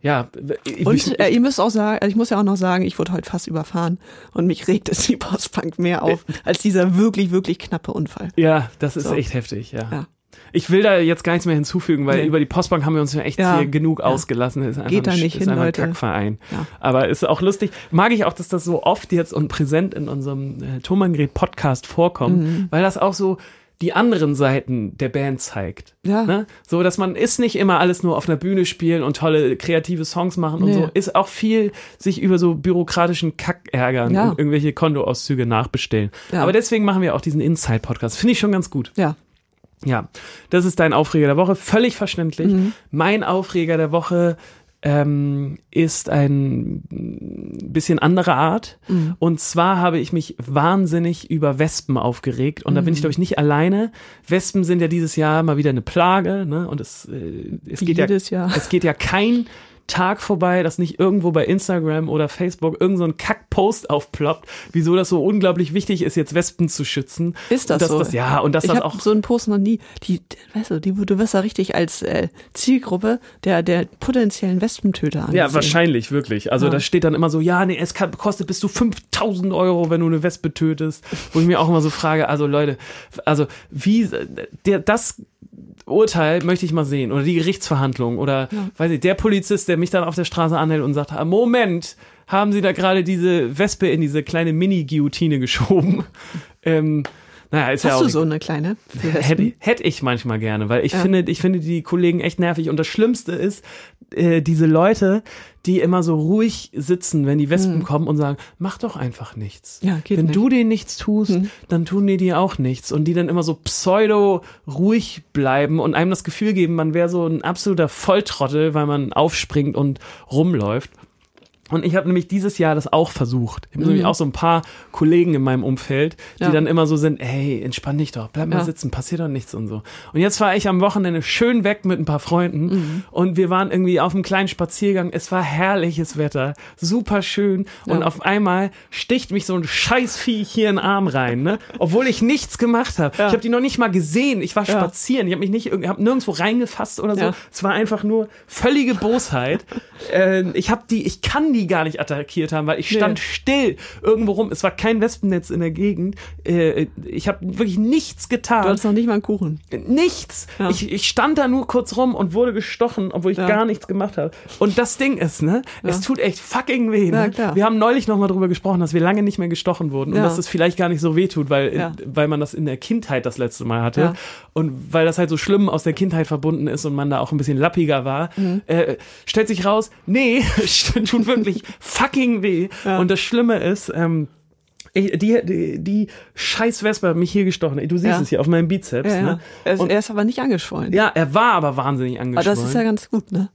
[SPEAKER 3] ja. ich-
[SPEAKER 2] Und äh, ihr müsst auch sagen, also ich muss ja auch noch sagen, ich wurde heute fast überfahren und mich regt es die Postbank mehr auf als dieser wirklich, wirklich knappe Unfall.
[SPEAKER 3] Ja, das ist
[SPEAKER 2] So.
[SPEAKER 3] echt heftig, ja.
[SPEAKER 2] Ja.
[SPEAKER 3] Ich will da jetzt gar nichts mehr hinzufügen, weil
[SPEAKER 2] Nee.
[SPEAKER 3] über die Postbank haben wir uns ja echt
[SPEAKER 2] Ja.
[SPEAKER 3] hier genug
[SPEAKER 2] Ja.
[SPEAKER 3] ausgelassen. Ist einfach
[SPEAKER 2] Geht da
[SPEAKER 3] ein, Sch-
[SPEAKER 2] nicht
[SPEAKER 3] ist
[SPEAKER 2] hin,
[SPEAKER 3] einfach
[SPEAKER 2] Leute.
[SPEAKER 3] Ein Kackverein.
[SPEAKER 2] Ja.
[SPEAKER 3] Aber ist auch lustig. Mag ich auch, dass das so oft jetzt und präsent in unserem äh, Tomangret Podcast vorkommt,
[SPEAKER 2] Mhm.
[SPEAKER 3] weil das auch so die anderen Seiten der Band zeigt.
[SPEAKER 2] Ja.
[SPEAKER 3] Ne? So, dass man ist nicht immer alles nur auf einer Bühne spielen und tolle kreative Songs machen und
[SPEAKER 2] Nee.
[SPEAKER 3] so. Ist auch viel sich über so bürokratischen Kack ärgern
[SPEAKER 2] Ja.
[SPEAKER 3] und irgendwelche Kontoauszüge nachbestellen.
[SPEAKER 2] Ja.
[SPEAKER 3] Aber deswegen machen wir auch diesen Inside-Podcast. Finde ich schon ganz gut.
[SPEAKER 2] Ja,
[SPEAKER 3] Ja, das ist dein Aufreger der Woche, völlig verständlich.
[SPEAKER 2] Mhm.
[SPEAKER 3] Mein Aufreger der Woche ähm, ist ein bisschen anderer Art.
[SPEAKER 2] Mhm.
[SPEAKER 3] Und zwar habe ich mich wahnsinnig über Wespen aufgeregt. Und da
[SPEAKER 2] Mhm.
[SPEAKER 3] bin ich, glaube ich, nicht alleine. Wespen sind ja dieses Jahr mal wieder eine Plage. Ne? Und es, äh, es,
[SPEAKER 2] Wie
[SPEAKER 3] geht ja,
[SPEAKER 2] jedes Jahr.
[SPEAKER 3] es geht ja kein Tag vorbei, dass nicht irgendwo bei Instagram oder Facebook irgend so ein Kackpost aufploppt, wieso das so unglaublich wichtig ist, jetzt Wespen zu schützen.
[SPEAKER 2] Ist das
[SPEAKER 3] Und dass
[SPEAKER 2] so?
[SPEAKER 3] Das, ja, und dass
[SPEAKER 2] ich
[SPEAKER 3] das
[SPEAKER 2] habe
[SPEAKER 3] auch
[SPEAKER 2] so einen Post noch nie. Die, weißt du, die, du wirst ja richtig als äh, Zielgruppe der, der potenziellen Wespentöter angesehen.
[SPEAKER 3] Ja, wahrscheinlich, wirklich. Also
[SPEAKER 2] Ja.
[SPEAKER 3] da steht dann immer so, ja, nee, es kann, kostet bis zu 5000 Euro, wenn du eine Wespe tötest. Wo ich mir auch immer so frage, also Leute, also wie, der, das Urteil möchte ich mal sehen oder die Gerichtsverhandlung oder, weiß ich, der Polizist, der mich dann auf der Straße anhält und sagt, ah, Moment, haben Sie da gerade diese Wespe in diese kleine Mini-Guillotine geschoben? (laughs) Ähm, naja, ist ja
[SPEAKER 2] Hast
[SPEAKER 3] auch
[SPEAKER 2] du
[SPEAKER 3] egal.
[SPEAKER 2] so eine kleine? für Wespen?
[SPEAKER 3] Hätte, hätte ich manchmal gerne, weil ich finde, ich finde die Kollegen echt nervig. Und das Schlimmste ist, äh, diese Leute, die immer so ruhig sitzen, wenn die Wespen kommen und sagen, mach doch einfach nichts.
[SPEAKER 2] Hm. Ja, geht
[SPEAKER 3] wenn
[SPEAKER 2] nicht. Hm.
[SPEAKER 3] du denen nichts tust, dann tun die dir auch nichts. Und die dann immer so pseudo ruhig bleiben und einem das Gefühl geben, man wäre so ein absoluter Volltrottel, weil man aufspringt und rumläuft. Und ich habe nämlich dieses Jahr das auch versucht. Ich habe nämlich auch so ein paar Kollegen in meinem Umfeld, die
[SPEAKER 2] Mhm. Ja.
[SPEAKER 3] dann immer so sind, hey, entspann dich doch, bleib mal
[SPEAKER 2] Ja.
[SPEAKER 3] sitzen, passiert doch nichts und so. Und jetzt war ich am Wochenende schön weg mit ein paar Freunden
[SPEAKER 2] Mhm.
[SPEAKER 3] und wir waren irgendwie auf einem kleinen Spaziergang. Es war herrliches Wetter, super schön und auf einmal sticht mich so ein Scheißviech hier in den Arm rein, ne? obwohl ich nichts gemacht habe. Ich habe die noch nicht mal gesehen, ich war spazieren, ich habe mich nicht, irg- hab nirgendwo reingefasst oder so.
[SPEAKER 2] Ja.
[SPEAKER 3] Es war einfach nur
[SPEAKER 2] (laughs)
[SPEAKER 3] völlige Bosheit. äh, ich habe die, ich kann die gar nicht attackiert haben, weil ich stand
[SPEAKER 2] Nee.
[SPEAKER 3] still irgendwo rum. Es war kein Wespennetz in der Gegend. Äh, ich habe wirklich nichts
[SPEAKER 2] Du
[SPEAKER 3] getan.
[SPEAKER 2] hattest noch nicht mal einen Kuchen.
[SPEAKER 3] Nichts.
[SPEAKER 2] Ja.
[SPEAKER 3] Ich, ich stand da nur kurz rum und wurde gestochen, obwohl ich
[SPEAKER 2] Ja.
[SPEAKER 3] gar nichts gemacht habe. Und das Ding ist, ne? Es tut echt fucking weh. Ne?
[SPEAKER 2] Ja, klar.
[SPEAKER 3] Wir haben neulich nochmal drüber gesprochen, dass wir lange nicht mehr gestochen wurden und
[SPEAKER 2] Ja.
[SPEAKER 3] dass es vielleicht gar nicht so weh tut, weil,
[SPEAKER 2] Ja.
[SPEAKER 3] weil man das in der Kindheit das letzte Mal hatte.
[SPEAKER 2] Ja.
[SPEAKER 3] Und weil das halt so schlimm aus der Kindheit verbunden ist und man da auch ein bisschen lappiger war,
[SPEAKER 2] Mhm.
[SPEAKER 3] äh, stellt sich raus, nee, (laughs) tut wirklich fucking weh. Und das Schlimme ist, ähm, ich, die, die, die scheiß Wespe hat mich hier gestochen. Du siehst
[SPEAKER 2] Ja.
[SPEAKER 3] es hier auf meinem Bizeps.
[SPEAKER 2] Ja, ja.
[SPEAKER 3] Ne?
[SPEAKER 2] Er, ist,
[SPEAKER 3] Und-
[SPEAKER 2] er ist aber nicht angeschwollen.
[SPEAKER 3] Ja, er war aber wahnsinnig
[SPEAKER 2] aber
[SPEAKER 3] angeschwollen.
[SPEAKER 2] das ist ja ganz gut, ne?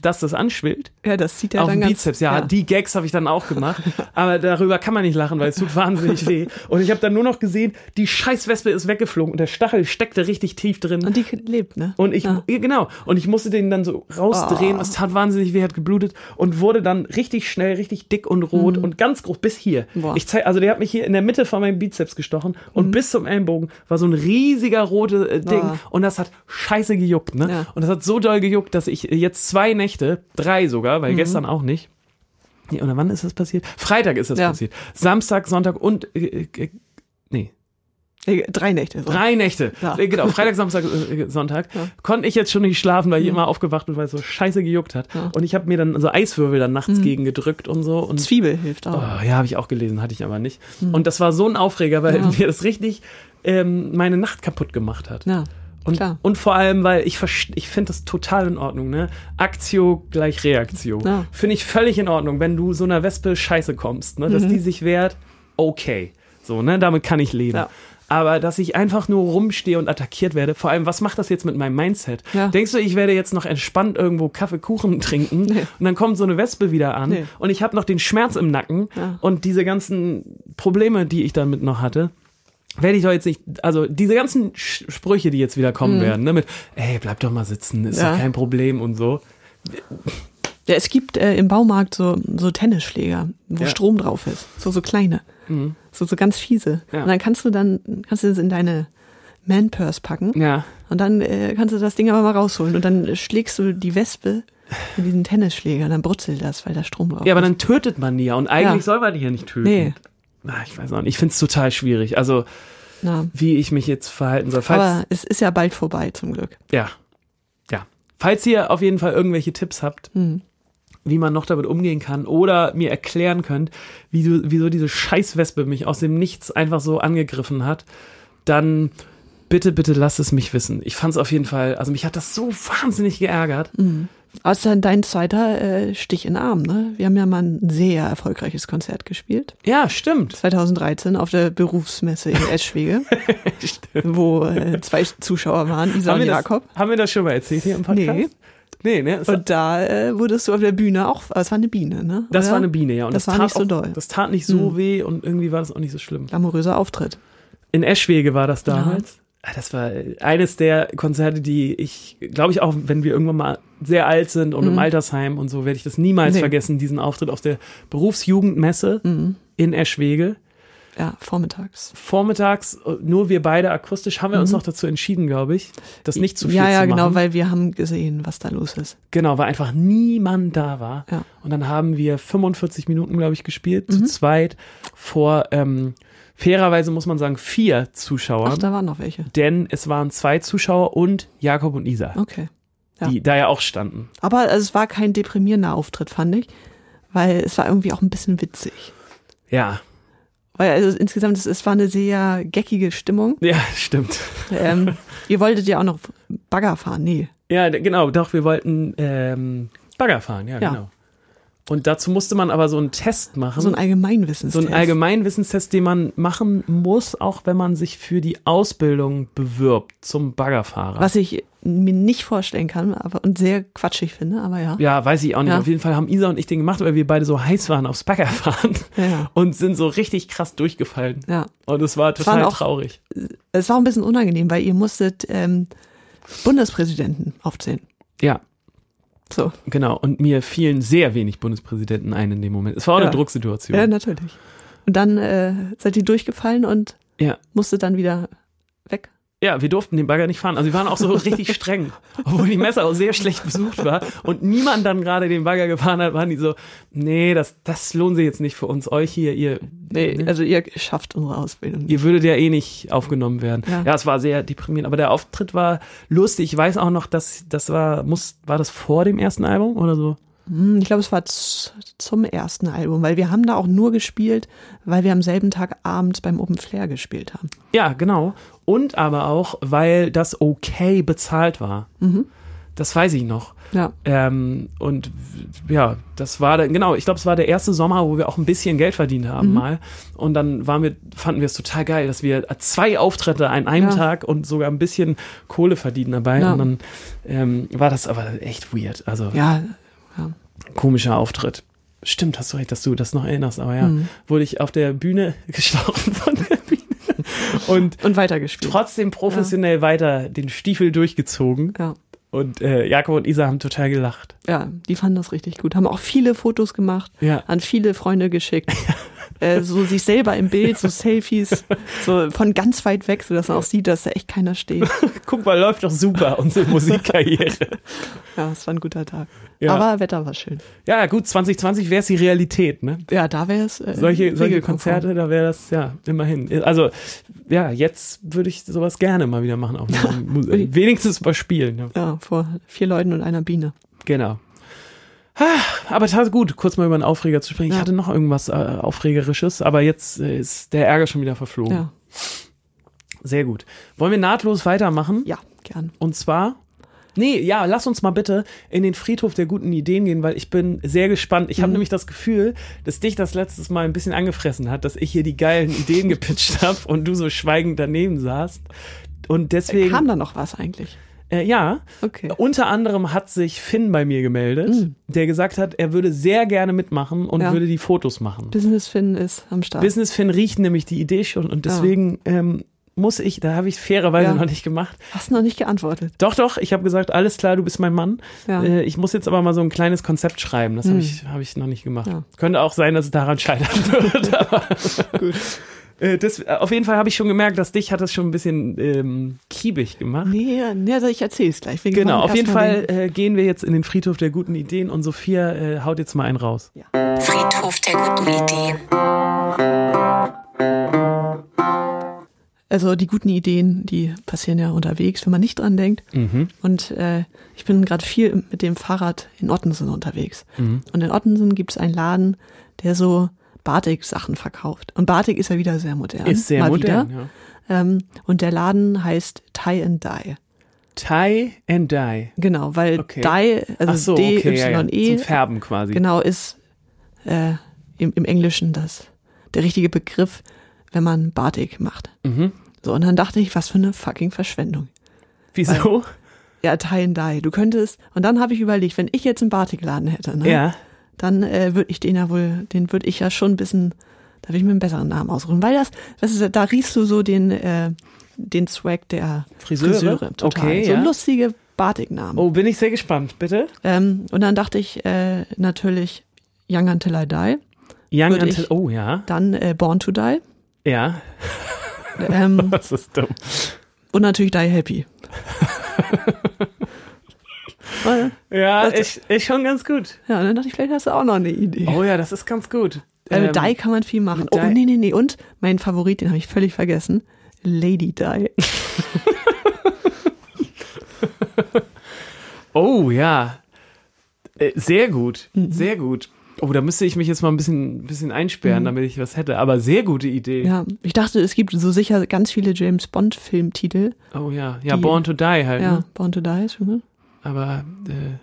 [SPEAKER 3] dass das anschwillt.
[SPEAKER 2] Ja, das zieht er
[SPEAKER 3] auf
[SPEAKER 2] dann
[SPEAKER 3] dem
[SPEAKER 2] ganz.
[SPEAKER 3] Bizeps, ja, die Gags habe ich dann
[SPEAKER 2] (laughs)
[SPEAKER 3] auch gemacht. aber darüber kann man nicht lachen, weil es tut wahnsinnig weh. Und ich habe dann nur noch gesehen, die Scheißwespe ist weggeflogen und der Stachel steckte richtig tief drin.
[SPEAKER 2] Und die lebt, ne?
[SPEAKER 3] Und ich,
[SPEAKER 2] Ja.
[SPEAKER 3] ja, genau, und ich musste den dann so rausdrehen,
[SPEAKER 2] Oh.
[SPEAKER 3] es tat wahnsinnig weh, hat geblutet und wurde dann richtig schnell, richtig dick und rot und ganz groß bis hier.
[SPEAKER 2] Mhm. Boah. Mhm.
[SPEAKER 3] Ich zeig, also der hat mich hier in der Mitte von meinem Bizeps gestochen und bis zum Ellenbogen war so ein riesiger rote äh, Ding
[SPEAKER 2] Boah.
[SPEAKER 3] und das hat scheiße gejuckt, ne?
[SPEAKER 2] Oh. Ja.
[SPEAKER 3] Und das hat so doll gejuckt, dass ich jetzt zwei Nächte, drei sogar,
[SPEAKER 2] Mhm.
[SPEAKER 3] weil gestern auch nicht. Nee, oder wann ist das passiert? Freitag ist das
[SPEAKER 2] Ja.
[SPEAKER 3] passiert. Samstag, Sonntag und äh, äh, nee,
[SPEAKER 2] Äh, Drei Nächte. So.
[SPEAKER 3] Drei Nächte.
[SPEAKER 2] Ja.
[SPEAKER 3] Äh, Genau, Freitag, Samstag, äh, Sonntag. Konnte ich jetzt schon nicht schlafen, weil ich immer aufgewacht bin, weil es so scheiße gejuckt hat. Und ich habe mir dann so Eiswürfel dann nachts gegen gedrückt und so. Und
[SPEAKER 2] Zwiebel hilft
[SPEAKER 3] oh,
[SPEAKER 2] auch.
[SPEAKER 3] ja, habe ich auch gelesen, hatte ich aber nicht. Und das war so ein Aufreger, weil (laughs) mir das richtig ähm, meine Nacht kaputt gemacht hat.
[SPEAKER 2] Ja,
[SPEAKER 3] Oh. Und,
[SPEAKER 2] klar.
[SPEAKER 3] und vor allem, weil ich, verst- ich finde das total in Ordnung, ne? Aktio gleich Reaktio.
[SPEAKER 2] Ja.
[SPEAKER 3] Finde ich völlig in Ordnung, wenn du so einer Wespe scheiße kommst, ne? Dass
[SPEAKER 2] Mhm.
[SPEAKER 3] die sich wehrt, okay. So, ne? Damit kann ich leben.
[SPEAKER 2] Ja.
[SPEAKER 3] Aber dass ich einfach nur rumstehe und attackiert werde, vor allem, was macht das jetzt mit meinem Mindset?
[SPEAKER 2] Ja.
[SPEAKER 3] Denkst du, ich werde jetzt noch entspannt irgendwo Kaffeekuchen (laughs) trinken und dann kommt so eine Wespe wieder an
[SPEAKER 2] Nee.
[SPEAKER 3] und ich habe noch den Schmerz im Nacken
[SPEAKER 2] Ja.
[SPEAKER 3] und diese ganzen Probleme, die ich damit noch hatte werde ich doch jetzt nicht, also diese ganzen Sch- Sprüche, die jetzt wieder kommen werden, ne, mit, ey, bleib doch mal sitzen, ist
[SPEAKER 2] Mhm. Ja.
[SPEAKER 3] doch kein Problem und so.
[SPEAKER 2] ja, es gibt äh, im Baumarkt so, so Tennisschläger, wo
[SPEAKER 3] Ja. Mhm.
[SPEAKER 2] Strom drauf ist. So, so kleine. So, so ganz fiese.
[SPEAKER 3] Ja.
[SPEAKER 2] Und dann kannst du dann, kannst du das in deine Man-Purse packen.
[SPEAKER 3] Ja.
[SPEAKER 2] Und dann äh, kannst du das Ding aber mal rausholen. Und dann schlägst du die Wespe mit diesem Tennisschläger. Und dann brutzelt das, weil da Strom drauf
[SPEAKER 3] Ja, aber
[SPEAKER 2] ist.
[SPEAKER 3] dann tötet man die ja und eigentlich
[SPEAKER 2] Ja.
[SPEAKER 3] soll man die ja nicht töten.
[SPEAKER 2] Nee.
[SPEAKER 3] Na, ich weiß auch nicht, ich finde es total schwierig, also
[SPEAKER 2] Na,
[SPEAKER 3] wie ich mich jetzt verhalten soll. Falls,
[SPEAKER 2] aber es ist ja bald vorbei, zum Glück.
[SPEAKER 3] ja. Ja. Falls ihr auf jeden Fall irgendwelche Tipps habt,
[SPEAKER 2] Hm.
[SPEAKER 3] wie man noch damit umgehen kann oder mir erklären könnt, wie du, wieso diese Scheißwespe mich aus dem Nichts einfach so angegriffen hat, dann bitte, bitte lasst es mich wissen. Ich fand es auf jeden Fall, also mich hat das so wahnsinnig geärgert.
[SPEAKER 2] Hm. Aber es ist dann dein zweiter äh, Stich in den Arm, ne? Wir haben ja mal ein sehr erfolgreiches Konzert gespielt.
[SPEAKER 3] Ja, stimmt.
[SPEAKER 2] 2013 auf der Berufsmesse in
[SPEAKER 3] (laughs)
[SPEAKER 2] Eschwege, wo äh, zwei Zuschauer waren, Isa
[SPEAKER 3] Haben
[SPEAKER 2] und
[SPEAKER 3] wir, das,
[SPEAKER 2] Jakob.
[SPEAKER 3] haben wir das schon mal erzählt hier im Podcast? Nee. Nee, ne? Es-
[SPEAKER 2] Und da äh, wurdest du auf der Bühne auch, es war eine Biene, ne?
[SPEAKER 3] das
[SPEAKER 2] Oder?
[SPEAKER 3] war eine Biene, ja. Und das,
[SPEAKER 2] das war
[SPEAKER 3] tat
[SPEAKER 2] nicht so
[SPEAKER 3] auch,
[SPEAKER 2] doll. Hm.
[SPEAKER 3] Das tat nicht so weh und irgendwie war das auch nicht so schlimm.
[SPEAKER 2] Glamouröser Auftritt.
[SPEAKER 3] In Eschwege war das damals. Ah, Das war eines der Konzerte, die ich, glaube ich, auch wenn wir irgendwann mal sehr alt sind und im Altersheim und so, werde ich das niemals
[SPEAKER 2] Mhm. Nee. Mhm.
[SPEAKER 3] vergessen, diesen Auftritt auf der Berufsjugendmesse in Eschwege.
[SPEAKER 2] Ja, vormittags.
[SPEAKER 3] Vormittags, äh, nur wir beide akustisch, haben wir uns noch dazu entschieden, glaube ich, das nicht zu viel
[SPEAKER 2] Mhm. ja,
[SPEAKER 3] zu
[SPEAKER 2] ja,
[SPEAKER 3] machen.
[SPEAKER 2] genau, weil wir haben gesehen, was da los ist.
[SPEAKER 3] Genau, weil einfach niemand da war.
[SPEAKER 2] Ja. Mhm.
[SPEAKER 3] Und dann haben wir 45 Minuten, glaube ich, gespielt, zu zweit, vor, ähm, fairerweise muss man sagen, vier Zuschauern.
[SPEAKER 2] Ach, da waren noch welche.
[SPEAKER 3] denn es waren zwei Zuschauer und Jakob und Isa,
[SPEAKER 2] Okay. ja.
[SPEAKER 3] die da ja auch standen.
[SPEAKER 2] Aber also, es war kein deprimierender Auftritt, fand ich, weil es war irgendwie auch ein bisschen witzig.
[SPEAKER 3] Ja,
[SPEAKER 2] Weil also insgesamt, es, es war eine sehr geckige
[SPEAKER 3] (laughs)
[SPEAKER 2] Stimmung.
[SPEAKER 3] ja, stimmt.
[SPEAKER 2] Ähm, ihr wolltet ja auch noch Bagger fahren, nee.
[SPEAKER 3] Ja, d- genau, doch, wir wollten ähm, Bagger fahren, ja,
[SPEAKER 2] Ja.
[SPEAKER 3] genau. Und dazu musste man aber so einen Test machen.
[SPEAKER 2] Hm? So ein Allgemeinwissen.
[SPEAKER 3] so einen Allgemeinwissenstest, den man machen muss, auch wenn man sich für die Ausbildung bewirbt zum Baggerfahrer.
[SPEAKER 2] Was ich mir nicht vorstellen kann aber, und sehr quatschig finde, aber ja.
[SPEAKER 3] Ja, weiß ich auch nicht.
[SPEAKER 2] Ja.
[SPEAKER 3] Auf jeden Fall haben Isa und ich den gemacht, weil wir beide so heiß waren aufs Baggerfahren
[SPEAKER 2] Ja.
[SPEAKER 3] (laughs) und sind so richtig krass durchgefallen.
[SPEAKER 2] Ja.
[SPEAKER 3] Und es war total
[SPEAKER 2] waren auch-
[SPEAKER 3] traurig.
[SPEAKER 2] Es war auch ein bisschen unangenehm, weil ihr musstet ähm, Bundespräsidenten aufzählen.
[SPEAKER 3] Ja,
[SPEAKER 2] So.
[SPEAKER 3] genau. Und mir fielen sehr wenig Bundespräsidenten ein in dem Moment. Es war auch
[SPEAKER 2] Ja.
[SPEAKER 3] eine Drucksituation.
[SPEAKER 2] Ja, ne. natürlich. Und dann äh, seid ihr durchgefallen und
[SPEAKER 3] Ja.
[SPEAKER 2] musstet dann wieder weg.
[SPEAKER 3] Ja, wir durften den Bagger nicht fahren. Also wir waren auch so (laughs) richtig streng, obwohl die Messe auch sehr schlecht besucht war und niemand dann gerade den Bagger gefahren hat, waren die so, nee, das, das lohnt sich jetzt nicht für uns, euch hier, ihr,
[SPEAKER 2] Nee, also ihr schafft unsere Ausbildung. nicht.
[SPEAKER 3] ihr würdet ja eh nicht aufgenommen werden.
[SPEAKER 2] Ja.
[SPEAKER 3] Ja. es war sehr deprimierend, aber der Auftritt war lustig. Ich weiß auch noch, dass das war, muss, war das vor dem ersten Album oder so?
[SPEAKER 2] Hm, Ich glaube, es war z- zum ersten Album, weil wir haben da auch nur gespielt, weil wir am selben Tag abends beim Open Flair gespielt haben.
[SPEAKER 3] Ja, genau. Und aber auch, weil das okay bezahlt war.
[SPEAKER 2] Mhm.
[SPEAKER 3] Das weiß ich noch.
[SPEAKER 2] Ja.
[SPEAKER 3] Ähm, und w- ja, das war dann, genau, ich glaube, es war der erste Sommer, wo wir auch ein bisschen Geld verdient
[SPEAKER 2] Mhm.
[SPEAKER 3] haben mal. Und dann waren wir, fanden wir es total geil, dass wir zwei Auftritte an einem
[SPEAKER 2] Ja.
[SPEAKER 3] Tag und sogar ein bisschen Kohle verdienen dabei.
[SPEAKER 2] Ja.
[SPEAKER 3] Und dann ähm, war das aber echt weird. Also
[SPEAKER 2] Ja, ja.
[SPEAKER 3] komischer Auftritt. Stimmt, hast du recht, dass du das noch erinnerst, aber ja,
[SPEAKER 2] Mhm.
[SPEAKER 3] wurde ich auf der Bühne (laughs) geschlagen von der Bühne. Und
[SPEAKER 2] Und weitergespielt.
[SPEAKER 3] trotzdem professionell weiter den Stiefel durchgezogen.
[SPEAKER 2] Ja.
[SPEAKER 3] Und äh, Jakob und Isa haben total gelacht.
[SPEAKER 2] ja, die fanden das richtig gut. Haben auch viele Fotos gemacht,
[SPEAKER 3] Ja.
[SPEAKER 2] an viele Freunde geschickt. äh, so sich selber im Bild, so Selfies, so von ganz weit weg, sodass man auch sieht, dass da echt keiner steht.
[SPEAKER 3] Guck mal, läuft doch super, unsere
[SPEAKER 2] (laughs)
[SPEAKER 3] Musikkarriere.
[SPEAKER 2] Ja, es war ein guter Tag.
[SPEAKER 3] Ja.
[SPEAKER 2] Aber Wetter war schön.
[SPEAKER 3] ja, gut, 2020 wäre es die Realität, ne?
[SPEAKER 2] Ja, da wäre es. Äh,
[SPEAKER 3] Solche, solche
[SPEAKER 2] regelkonform.
[SPEAKER 3] Konzerte, da wäre das, ja, immerhin. Also, ja, jetzt würde ich sowas gerne mal wieder machen. Auch mal,
[SPEAKER 2] (laughs)
[SPEAKER 3] Mu- äh, wenigstens mal spielen. Ja.
[SPEAKER 2] Ja, vor vier Leuten und einer Biene.
[SPEAKER 3] Genau. Ah, Aber tat gut, kurz mal über einen Aufreger zu sprechen.
[SPEAKER 2] Ja.
[SPEAKER 3] Ich hatte noch irgendwas äh, Aufregerisches, aber jetzt äh, ist der Ärger schon wieder verflogen.
[SPEAKER 2] Ja,
[SPEAKER 3] Sehr gut. Wollen wir nahtlos weitermachen?
[SPEAKER 2] ja, gern.
[SPEAKER 3] Und zwar. Nee, ja, lass uns mal bitte in den Friedhof der guten Ideen gehen, weil ich bin sehr gespannt.
[SPEAKER 2] Mhm.
[SPEAKER 3] Ich habe nämlich das Gefühl, dass dich das letztes Mal ein bisschen angefressen hat, dass ich hier die geilen Ideen (laughs) gepitcht habe und du so schweigend daneben saßt. Und deswegen.
[SPEAKER 2] Kam da noch was eigentlich?
[SPEAKER 3] Äh, ja.
[SPEAKER 2] Okay. Mhm.
[SPEAKER 3] Unter anderem hat sich Finn bei mir gemeldet, der gesagt hat, er würde sehr gerne mitmachen und
[SPEAKER 2] Ja.
[SPEAKER 3] würde die Fotos machen.
[SPEAKER 2] Business Finn ist am Start.
[SPEAKER 3] Business Finn riecht nämlich die Idee schon und deswegen ähm, muss ich, da habe ich fairerweise
[SPEAKER 2] Ah. Ja.
[SPEAKER 3] noch nicht gemacht,
[SPEAKER 2] Hast noch nicht geantwortet.
[SPEAKER 3] Doch, doch, ich habe gesagt, alles klar, du bist mein Mann.
[SPEAKER 2] Ja. Hm.
[SPEAKER 3] Äh, ich muss jetzt aber mal so ein kleines Konzept schreiben. Das habe ich, hab ich noch nicht gemacht.
[SPEAKER 2] Ja.
[SPEAKER 3] Könnte auch sein, dass es daran scheitern (laughs)
[SPEAKER 2] (laughs)
[SPEAKER 3] wird. aber- Äh, Das, auf jeden Fall habe ich schon gemerkt, dass dich hat das schon ein bisschen ähm, kiebig gemacht.
[SPEAKER 2] Nee, nee also ich erzähle es gleich. Wir
[SPEAKER 3] Genau,
[SPEAKER 2] machen
[SPEAKER 3] auf jeden
[SPEAKER 2] erstmal
[SPEAKER 3] Fall äh, gehen wir jetzt in den Friedhof der guten Ideen und Sophia äh, haut jetzt mal einen raus.
[SPEAKER 1] Friedhof der guten Ideen.
[SPEAKER 2] den- Also die guten Ideen, die passieren ja unterwegs, wenn man nicht dran denkt.
[SPEAKER 3] Mhm.
[SPEAKER 2] Und äh, ich bin gerade viel mit dem Fahrrad in Ottensen unterwegs.
[SPEAKER 3] Mhm.
[SPEAKER 2] Und in Ottensen gibt es einen Laden, der so Batik-Sachen verkauft. Und Batik ist ja wieder sehr modern.
[SPEAKER 3] Ist sehr
[SPEAKER 2] mal
[SPEAKER 3] modern.
[SPEAKER 2] Wieder.
[SPEAKER 3] Ja.
[SPEAKER 2] Ähm, und der Laden heißt Tie and Die.
[SPEAKER 3] Tie and die.
[SPEAKER 2] Genau, weil
[SPEAKER 3] Okay.
[SPEAKER 2] Die,
[SPEAKER 3] Ach
[SPEAKER 2] also
[SPEAKER 3] so,
[SPEAKER 2] D,
[SPEAKER 3] okay, ja, ja.
[SPEAKER 2] Y, E,
[SPEAKER 3] Zum Färben quasi.
[SPEAKER 2] genau ist äh, im, im Englischen das der richtige Begriff, wenn man Batik macht.
[SPEAKER 3] Mhm.
[SPEAKER 2] So, und dann dachte ich, was für eine fucking Verschwendung.
[SPEAKER 3] Wieso?
[SPEAKER 2] Ja, Tie and Die. Du könntest, und dann habe ich überlegt, wenn ich jetzt einen Batikladen hätte, ne,
[SPEAKER 3] Ja.
[SPEAKER 2] dann äh, würde ich den ja wohl, den würde ich ja schon ein bisschen, da würde ich mir einen besseren Namen ausruhen. Weil das, das ist, da riechst du so den, äh, den Swag der
[SPEAKER 3] Friseure?
[SPEAKER 2] total.
[SPEAKER 3] Okay,
[SPEAKER 2] so
[SPEAKER 3] ja.
[SPEAKER 2] lustige Batiknamen.
[SPEAKER 3] Oh, bin ich sehr gespannt, bitte.
[SPEAKER 2] Ähm, und dann dachte ich äh, natürlich Young Until I Die,
[SPEAKER 3] Young
[SPEAKER 2] Würde
[SPEAKER 3] until.
[SPEAKER 2] ich-
[SPEAKER 3] Oh ja.
[SPEAKER 2] dann äh, Born to Die
[SPEAKER 3] Ja.
[SPEAKER 2] ähm,
[SPEAKER 3] (laughs) Das ist dumm.
[SPEAKER 2] und natürlich Die
[SPEAKER 3] (laughs)
[SPEAKER 2] Happy. Äh,
[SPEAKER 3] Ja,
[SPEAKER 2] Das-
[SPEAKER 3] ist, ist schon ganz gut.
[SPEAKER 2] ja, und dann dachte ich, vielleicht hast du auch noch eine Idee.
[SPEAKER 3] Oh ja, das ist ganz gut.
[SPEAKER 2] also
[SPEAKER 3] Ähm,
[SPEAKER 2] Die kann man viel machen.
[SPEAKER 3] mit
[SPEAKER 2] Oh,
[SPEAKER 3] Die-
[SPEAKER 2] nee, nee, nee. Und mein Favorit, den habe ich völlig vergessen, Lady Die.
[SPEAKER 3] oh ja. Äh, Sehr gut, sehr gut. Oh, da müsste ich mich jetzt mal ein bisschen, bisschen einsperren, damit ich was hätte. Aber sehr gute Idee.
[SPEAKER 2] Ja, ich dachte, es gibt so sicher ganz viele James Bond Filmtitel.
[SPEAKER 3] Oh ja, ja,
[SPEAKER 2] Die-
[SPEAKER 3] Born to Die halt.
[SPEAKER 2] Ja,
[SPEAKER 3] Ne?
[SPEAKER 2] Born to Die ist schon mal.
[SPEAKER 3] Aber äh,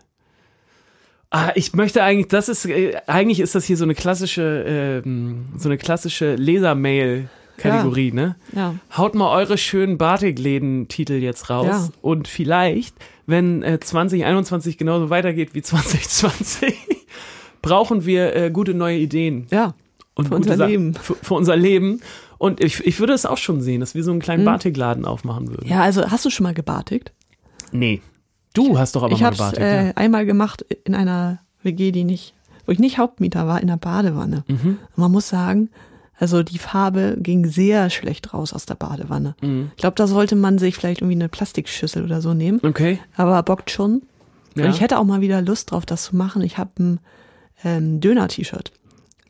[SPEAKER 3] ah, ich möchte eigentlich, das ist äh, eigentlich ist das hier so eine klassische, ähm, so eine klassische Lesermail-Kategorie, ne?
[SPEAKER 2] Ja,
[SPEAKER 3] Haut mal eure schönen Batikläden-Titel jetzt raus
[SPEAKER 2] Ja.
[SPEAKER 3] und vielleicht wenn äh, 2021 genauso weitergeht wie 2020, (laughs) brauchen wir äh, gute neue Ideen
[SPEAKER 2] Ja.
[SPEAKER 3] und
[SPEAKER 2] Für
[SPEAKER 3] gute
[SPEAKER 2] unser
[SPEAKER 3] Sa-
[SPEAKER 2] Leben.
[SPEAKER 3] Für, für unser Leben. Und ich, ich würde es auch schon sehen, dass wir so einen kleinen Batikladen aufmachen würden.
[SPEAKER 2] Mhm. Ja, also hast du schon mal gebartigt?
[SPEAKER 3] Nee. Du hast doch aber
[SPEAKER 2] ich
[SPEAKER 3] mal
[SPEAKER 2] habe
[SPEAKER 3] gewartet.
[SPEAKER 2] äh,
[SPEAKER 3] ja.
[SPEAKER 2] einmal gemacht in einer WG, die nicht, wo ich nicht Hauptmieter war, in der Badewanne. Und man muss sagen, also die Farbe ging sehr schlecht raus aus der Badewanne. Ich glaube, da sollte man sich vielleicht irgendwie eine Plastikschüssel oder so nehmen.
[SPEAKER 3] Okay.
[SPEAKER 2] Aber bockt schon.
[SPEAKER 3] Ja.
[SPEAKER 2] Und ich hätte auch mal wieder Lust drauf, das zu machen. Ich habe ein ähm, Döner-T-Shirt.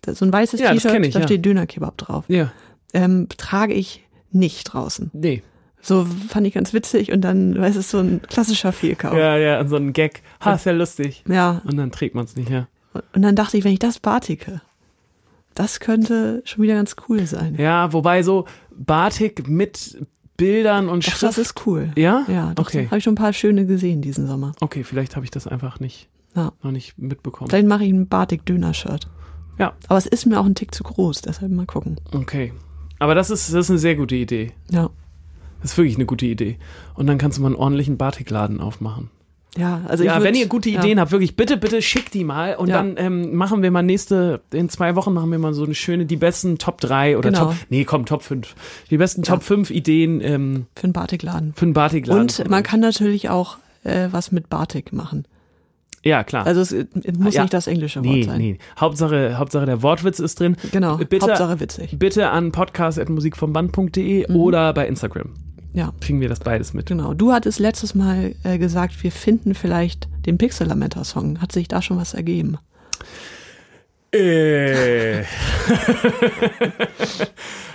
[SPEAKER 2] Das- So ein weißes
[SPEAKER 3] Ja, das kenn
[SPEAKER 2] T-Shirt,
[SPEAKER 3] ich,
[SPEAKER 2] da
[SPEAKER 3] ja.
[SPEAKER 2] steht Döner-Kebab drauf.
[SPEAKER 3] Ja.
[SPEAKER 2] Ähm, trage ich nicht draußen.
[SPEAKER 3] Nee.
[SPEAKER 2] So fand ich ganz witzig und dann, weißt du, so ein klassischer Fehlkauf.
[SPEAKER 3] Ja, ja, und so ein Gag. Ha, ist ja lustig.
[SPEAKER 2] ja,
[SPEAKER 3] Und dann trägt man es nicht, ja.
[SPEAKER 2] Und dann dachte ich, wenn ich das bartike, das könnte schon wieder ganz cool sein.
[SPEAKER 3] Ja, wobei so Batik mit Bildern und
[SPEAKER 2] Doch,
[SPEAKER 3] Schrift.
[SPEAKER 2] das ist cool.
[SPEAKER 3] Ja?
[SPEAKER 2] Ja, doch,
[SPEAKER 3] Okay.
[SPEAKER 2] habe ich schon ein paar schöne gesehen diesen Sommer.
[SPEAKER 3] Okay, vielleicht habe ich das einfach nicht,
[SPEAKER 2] Ja.
[SPEAKER 3] noch nicht mitbekommen.
[SPEAKER 2] Vielleicht mache ich ein Batik-Döner-Shirt.
[SPEAKER 3] Ja.
[SPEAKER 2] Aber es ist mir auch ein Tick zu groß, deshalb mal gucken.
[SPEAKER 3] Okay. Aber das ist, das ist eine sehr gute Idee.
[SPEAKER 2] Ja.
[SPEAKER 3] Das ist wirklich eine gute Idee. Und dann kannst du mal einen ordentlichen Batikladen aufmachen.
[SPEAKER 2] Ja, also ich
[SPEAKER 3] Ja,
[SPEAKER 2] würd-
[SPEAKER 3] wenn ihr gute
[SPEAKER 2] ja.
[SPEAKER 3] Ideen habt, wirklich, bitte, bitte schickt die mal und
[SPEAKER 2] Ja.
[SPEAKER 3] dann ähm, machen wir mal nächste, in zwei Wochen machen wir mal so eine schöne, die besten Top 3 oder
[SPEAKER 2] Genau.
[SPEAKER 3] Top, nee, komm, Top 5. Die besten Top 5 Ideen ähm,
[SPEAKER 2] für einen Batikladen.
[SPEAKER 3] für einen Batikladen.
[SPEAKER 2] Und
[SPEAKER 3] von
[SPEAKER 2] man
[SPEAKER 3] euch.
[SPEAKER 2] kann natürlich auch äh, was mit Batik machen.
[SPEAKER 3] ja, klar.
[SPEAKER 2] Also es, es muss
[SPEAKER 3] Ah, Ja.
[SPEAKER 2] nicht das englische Wort
[SPEAKER 3] nee,
[SPEAKER 2] sein.
[SPEAKER 3] nee. Hauptsache, Hauptsache der Wortwitz ist drin.
[SPEAKER 2] Genau,
[SPEAKER 3] Bitte,
[SPEAKER 2] Hauptsache Mhm. witzig.
[SPEAKER 3] Bitte an podcast.musikvomband.de oder bei Instagram.
[SPEAKER 2] Ja,
[SPEAKER 3] Kriegen wir das beides mit.
[SPEAKER 2] genau. Du hattest letztes Mal äh, gesagt, wir finden vielleicht den Pixelamenta-Song. Hat sich da schon was ergeben?
[SPEAKER 3] Äh. (laughs)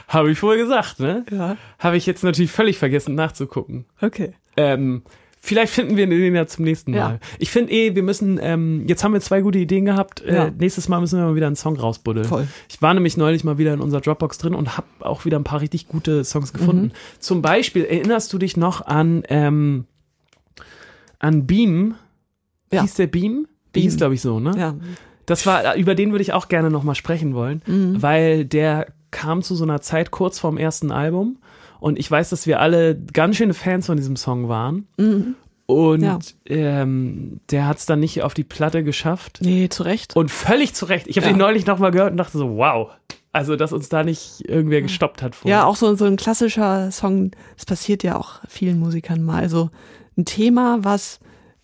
[SPEAKER 3] Habe ich wohl gesagt, ne?
[SPEAKER 2] Ja.
[SPEAKER 3] Habe ich jetzt natürlich völlig vergessen nachzugucken.
[SPEAKER 2] Okay.
[SPEAKER 3] Ähm, vielleicht finden wir den ja zum nächsten Mal.
[SPEAKER 2] Ja.
[SPEAKER 3] Ich finde eh, wir müssen, ähm, jetzt haben wir zwei gute Ideen gehabt. Äh,
[SPEAKER 2] Ja.
[SPEAKER 3] Nächstes Mal müssen wir mal wieder einen Song rausbuddeln.
[SPEAKER 2] Voll.
[SPEAKER 3] Ich war nämlich neulich mal wieder in unserer Dropbox drin und habe auch wieder ein paar richtig gute
[SPEAKER 2] Mhm.
[SPEAKER 3] Songs gefunden. Zum Beispiel, erinnerst du dich noch an, ähm, an Beam?
[SPEAKER 2] Ja.
[SPEAKER 3] Hieß der Beam?
[SPEAKER 2] Beam.
[SPEAKER 3] Hieß, glaube ich, so, ne?
[SPEAKER 2] Ja,
[SPEAKER 3] Das war, über den würde ich auch gerne nochmal sprechen wollen,
[SPEAKER 2] Mhm.
[SPEAKER 3] weil der kam zu so einer Zeit kurz vorm ersten Album und ich weiß, dass wir alle ganz schöne Fans von diesem Song waren. Und
[SPEAKER 2] Mhm. Ja.
[SPEAKER 3] ähm, der hat es dann nicht auf die Platte geschafft.
[SPEAKER 2] nee, zu Recht.
[SPEAKER 3] Und völlig zu Recht. Ich habe
[SPEAKER 2] Ja.
[SPEAKER 3] den neulich nochmal gehört und dachte so, wow. Also, dass uns da nicht irgendwer gestoppt hat vorher.
[SPEAKER 2] ja, auch so, so ein klassischer Song, das passiert ja auch vielen Musikern mal. Also ein Thema, was